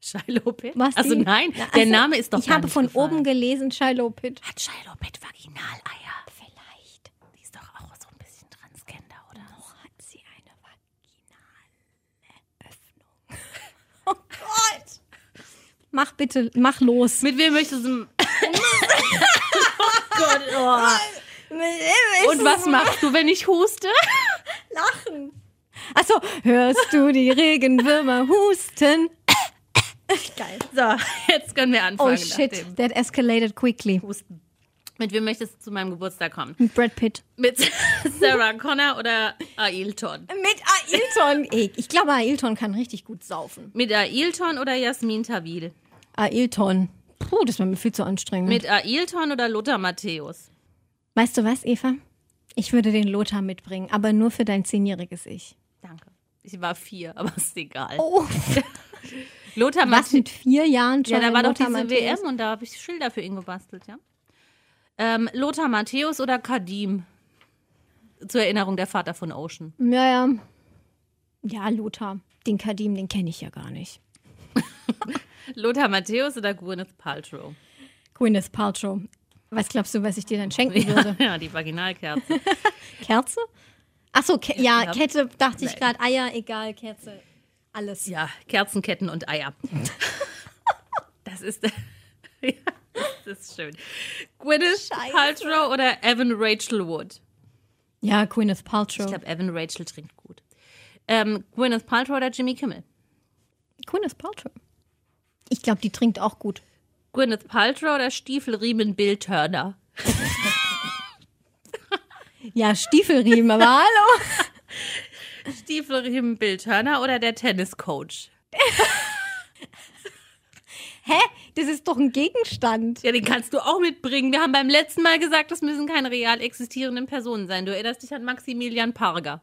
C: Shiloh Pitt?
B: Was
C: Also
B: die-
C: nein,
B: Na,
C: der
B: also,
C: Name ist doch
B: Ich
C: gar
B: habe
C: nicht
B: von
C: gefallen.
B: oben gelesen Shiloh Pitt.
C: Hat Shiloh Pitt Vaginaleier?
B: Vielleicht
C: Die ist doch auch so ein bisschen Transgender, oder?
B: noch hat sie eine vaginale Öffnung. Oh Gott! Mach bitte, mach los.
C: Mit wem möchtest du... oh Gott, oh. Und was machst du, wenn ich huste?
B: Lachen. Achso, hörst du die Regenwürmer husten? Geil.
C: So, jetzt können wir anfangen.
B: Oh
C: nach
B: shit,
C: dem
B: that escalated quickly.
C: Husten. Mit wem möchtest du zu meinem Geburtstag kommen?
B: Mit Brad Pitt.
C: Mit Sarah Connor oder Ailton?
B: Mit Ailton. Ey, Ich glaube, Ailton kann richtig gut saufen.
C: Mit Ailton oder Jasmin Tawil?
B: Ailton. Puh, das war mir viel zu anstrengend.
C: Mit Ailton oder Lothar Matthäus?
B: weißt du was, Eva? Ich würde den Lothar mitbringen, aber nur für dein zehnjähriges Ich.
C: Danke. Ich war vier, aber ist egal.
B: Oh,
C: Lothar
B: was
C: Matthäus.
B: mit vier Jahren schon?
C: Ja, da
B: ein
C: war doch
B: Lothar
C: diese
B: Matthäus?
C: WM und da habe ich Schilder für ihn gebastelt, ja. Ähm, Lothar Matthäus oder Kadim? Zur Erinnerung, der Vater von Ocean.
B: Ja, ja. Ja, Lothar, den Kadim, den kenne ich ja gar nicht.
C: Lothar Matthäus oder Gwyneth Paltrow?
B: Gwyneth Paltrow. Was glaubst du, was ich dir dann schenken würde?
C: Ja, die Vaginalkerze.
B: Kerze? Achso, Ke ja,
C: Ja.
B: Kette dachte ich
C: Nee.
B: gerade. Eier, egal, Kerze. Alles.
C: Ja, Kerzenketten und Eier. Das ist, ja, das ist schön. Gwyneth Paltrow oder Evan Rachel Wood?
B: Ja, Gwyneth
C: Ich
B: Paltrow.
C: glaube, Evan Rachel trinkt gut. Ähm, Gwyneth Paltrow oder Jimmy Kimmel?
B: Gwyneth Paltrow. Ich glaube, die trinkt auch gut.
C: Gwyneth Paltrow oder Stiefelriemen Bill Turner?
B: Ja, Stiefelriemen, aber hallo.
C: Stiefelriemen Bill Turner oder der Tenniscoach?
B: Hä? Das ist doch ein Gegenstand.
C: Ja, den kannst du auch mitbringen. Wir haben beim letzten Mal gesagt, das müssen keine real existierenden Personen sein. Du erinnerst dich an Maximilian Parger.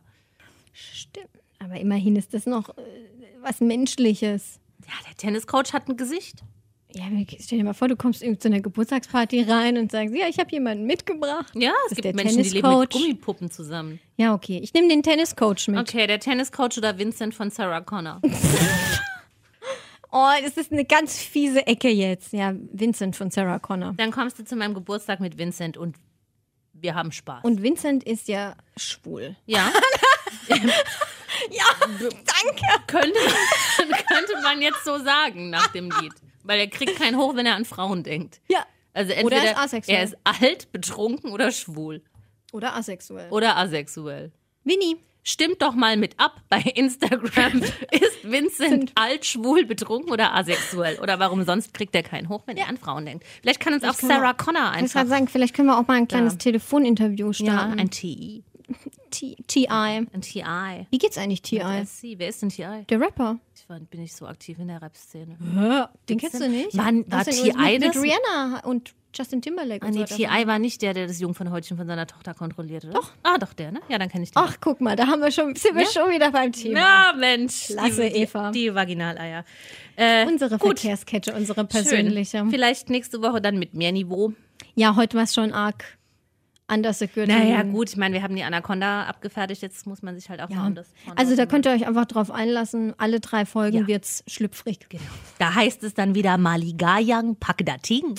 B: Stimmt. Aber immerhin ist das noch äh, was Menschliches.
C: Ja, der Tenniscoach hat ein Gesicht.
B: Ja, aber stell dir mal vor, du kommst irgendwie zu einer Geburtstagsparty rein und sagst, ja, ich habe jemanden mitgebracht.
C: Ja, es
B: Das ist
C: gibt
B: der
C: Menschen, die leben mit
B: Tenniscoach.
C: Gummipuppen zusammen.
B: Ja, okay. Ich nehme den Tenniscoach mit.
C: Okay, der Tenniscoach oder Vincent von Sarah Connor?
B: Oh, das ist eine ganz fiese Ecke jetzt. Ja, Vincent von Sarah Connor.
C: Dann kommst du zu meinem Geburtstag mit Vincent und wir haben Spaß.
B: Und Vincent ist ja schwul.
C: ja,
B: Ja, danke.
C: könnte, könnte man jetzt so sagen nach dem Lied. Weil er kriegt keinen hoch, wenn er an Frauen denkt.
B: Ja.
C: Also entweder
B: Oder er ist asexuell.
C: er ist alt, betrunken oder schwul.
B: Oder asexuell.
C: Oder asexuell.
B: Winnie.
C: Stimmt doch mal mit ab bei Instagram. Ist Vincent alt, schwul, betrunken oder asexuell? Oder warum sonst kriegt er keinen hoch, wenn er an Frauen denkt? Vielleicht kann uns auch
B: können wir-
C: Sarah Connor
B: Ich muss gerade
C: einfach.
B: sagen, vielleicht können wir auch mal ein kleines
C: Ja.
B: Telefoninterview
C: Ja,
B: starten.
C: ein TI.
B: T- TI.
C: Ein TI.
B: Wie geht's eigentlich, TI?
C: SC. Wer ist denn TI?
B: Der Rapper.
C: Ich war, bin nicht so aktiv in der Rap-Szene.
B: Den kennst du nicht?
C: Wann- war
B: Was denn
C: T.I.
B: mit, mit
C: das?
B: Rihanna und Justin Timberlake.
C: Ah,
B: und
C: nee,
B: so weiter.
C: TI war nicht der, der das Jungfernhäutchen von seiner Tochter kontrolliert, oder? Doch. Ah, doch, der, ne? Ja, dann kenne ich den.
B: Ach, guck mal, da haben wir schon, sind wir schon wieder beim Thema.
C: Na, Mensch.
B: Klasse,
C: die,
B: Eva.
C: Die Vaginaleier.
B: Unsere
C: Gut.
B: Verkehrskette, unsere persönliche.
C: Schön. Vielleicht nächste Woche dann mit mehr Niveau.
B: Ja, heute war es schon arg anders gegürtet.
C: Naja, gut, ich meine, wir haben die Anaconda abgefertigt, jetzt muss man sich halt auch mal
B: Ja.
C: um das. Porno
B: Also da
C: kümmern.
B: könnt ihr euch einfach drauf einlassen. Alle drei Folgen
C: Ja.
B: wird's schlüpfrig. Genau.
C: Da heißt es dann wieder Maligayang Pakdating.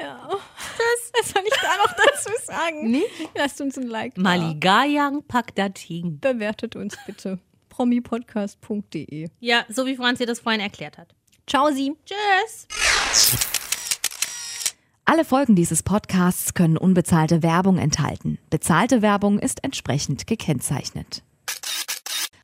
B: Genau. Was soll ich da noch dazu sagen? Lasst uns ein Like da.
C: Maligayang Pakdating.
B: Bewertet uns bitte. promipodcast.de
C: Ja, so wie Franz ihr das vorhin erklärt hat.
B: Ciao, Sie.
C: Tschüss.
A: Alle Folgen dieses Podcasts können unbezahlte Werbung enthalten. Bezahlte Werbung ist entsprechend gekennzeichnet.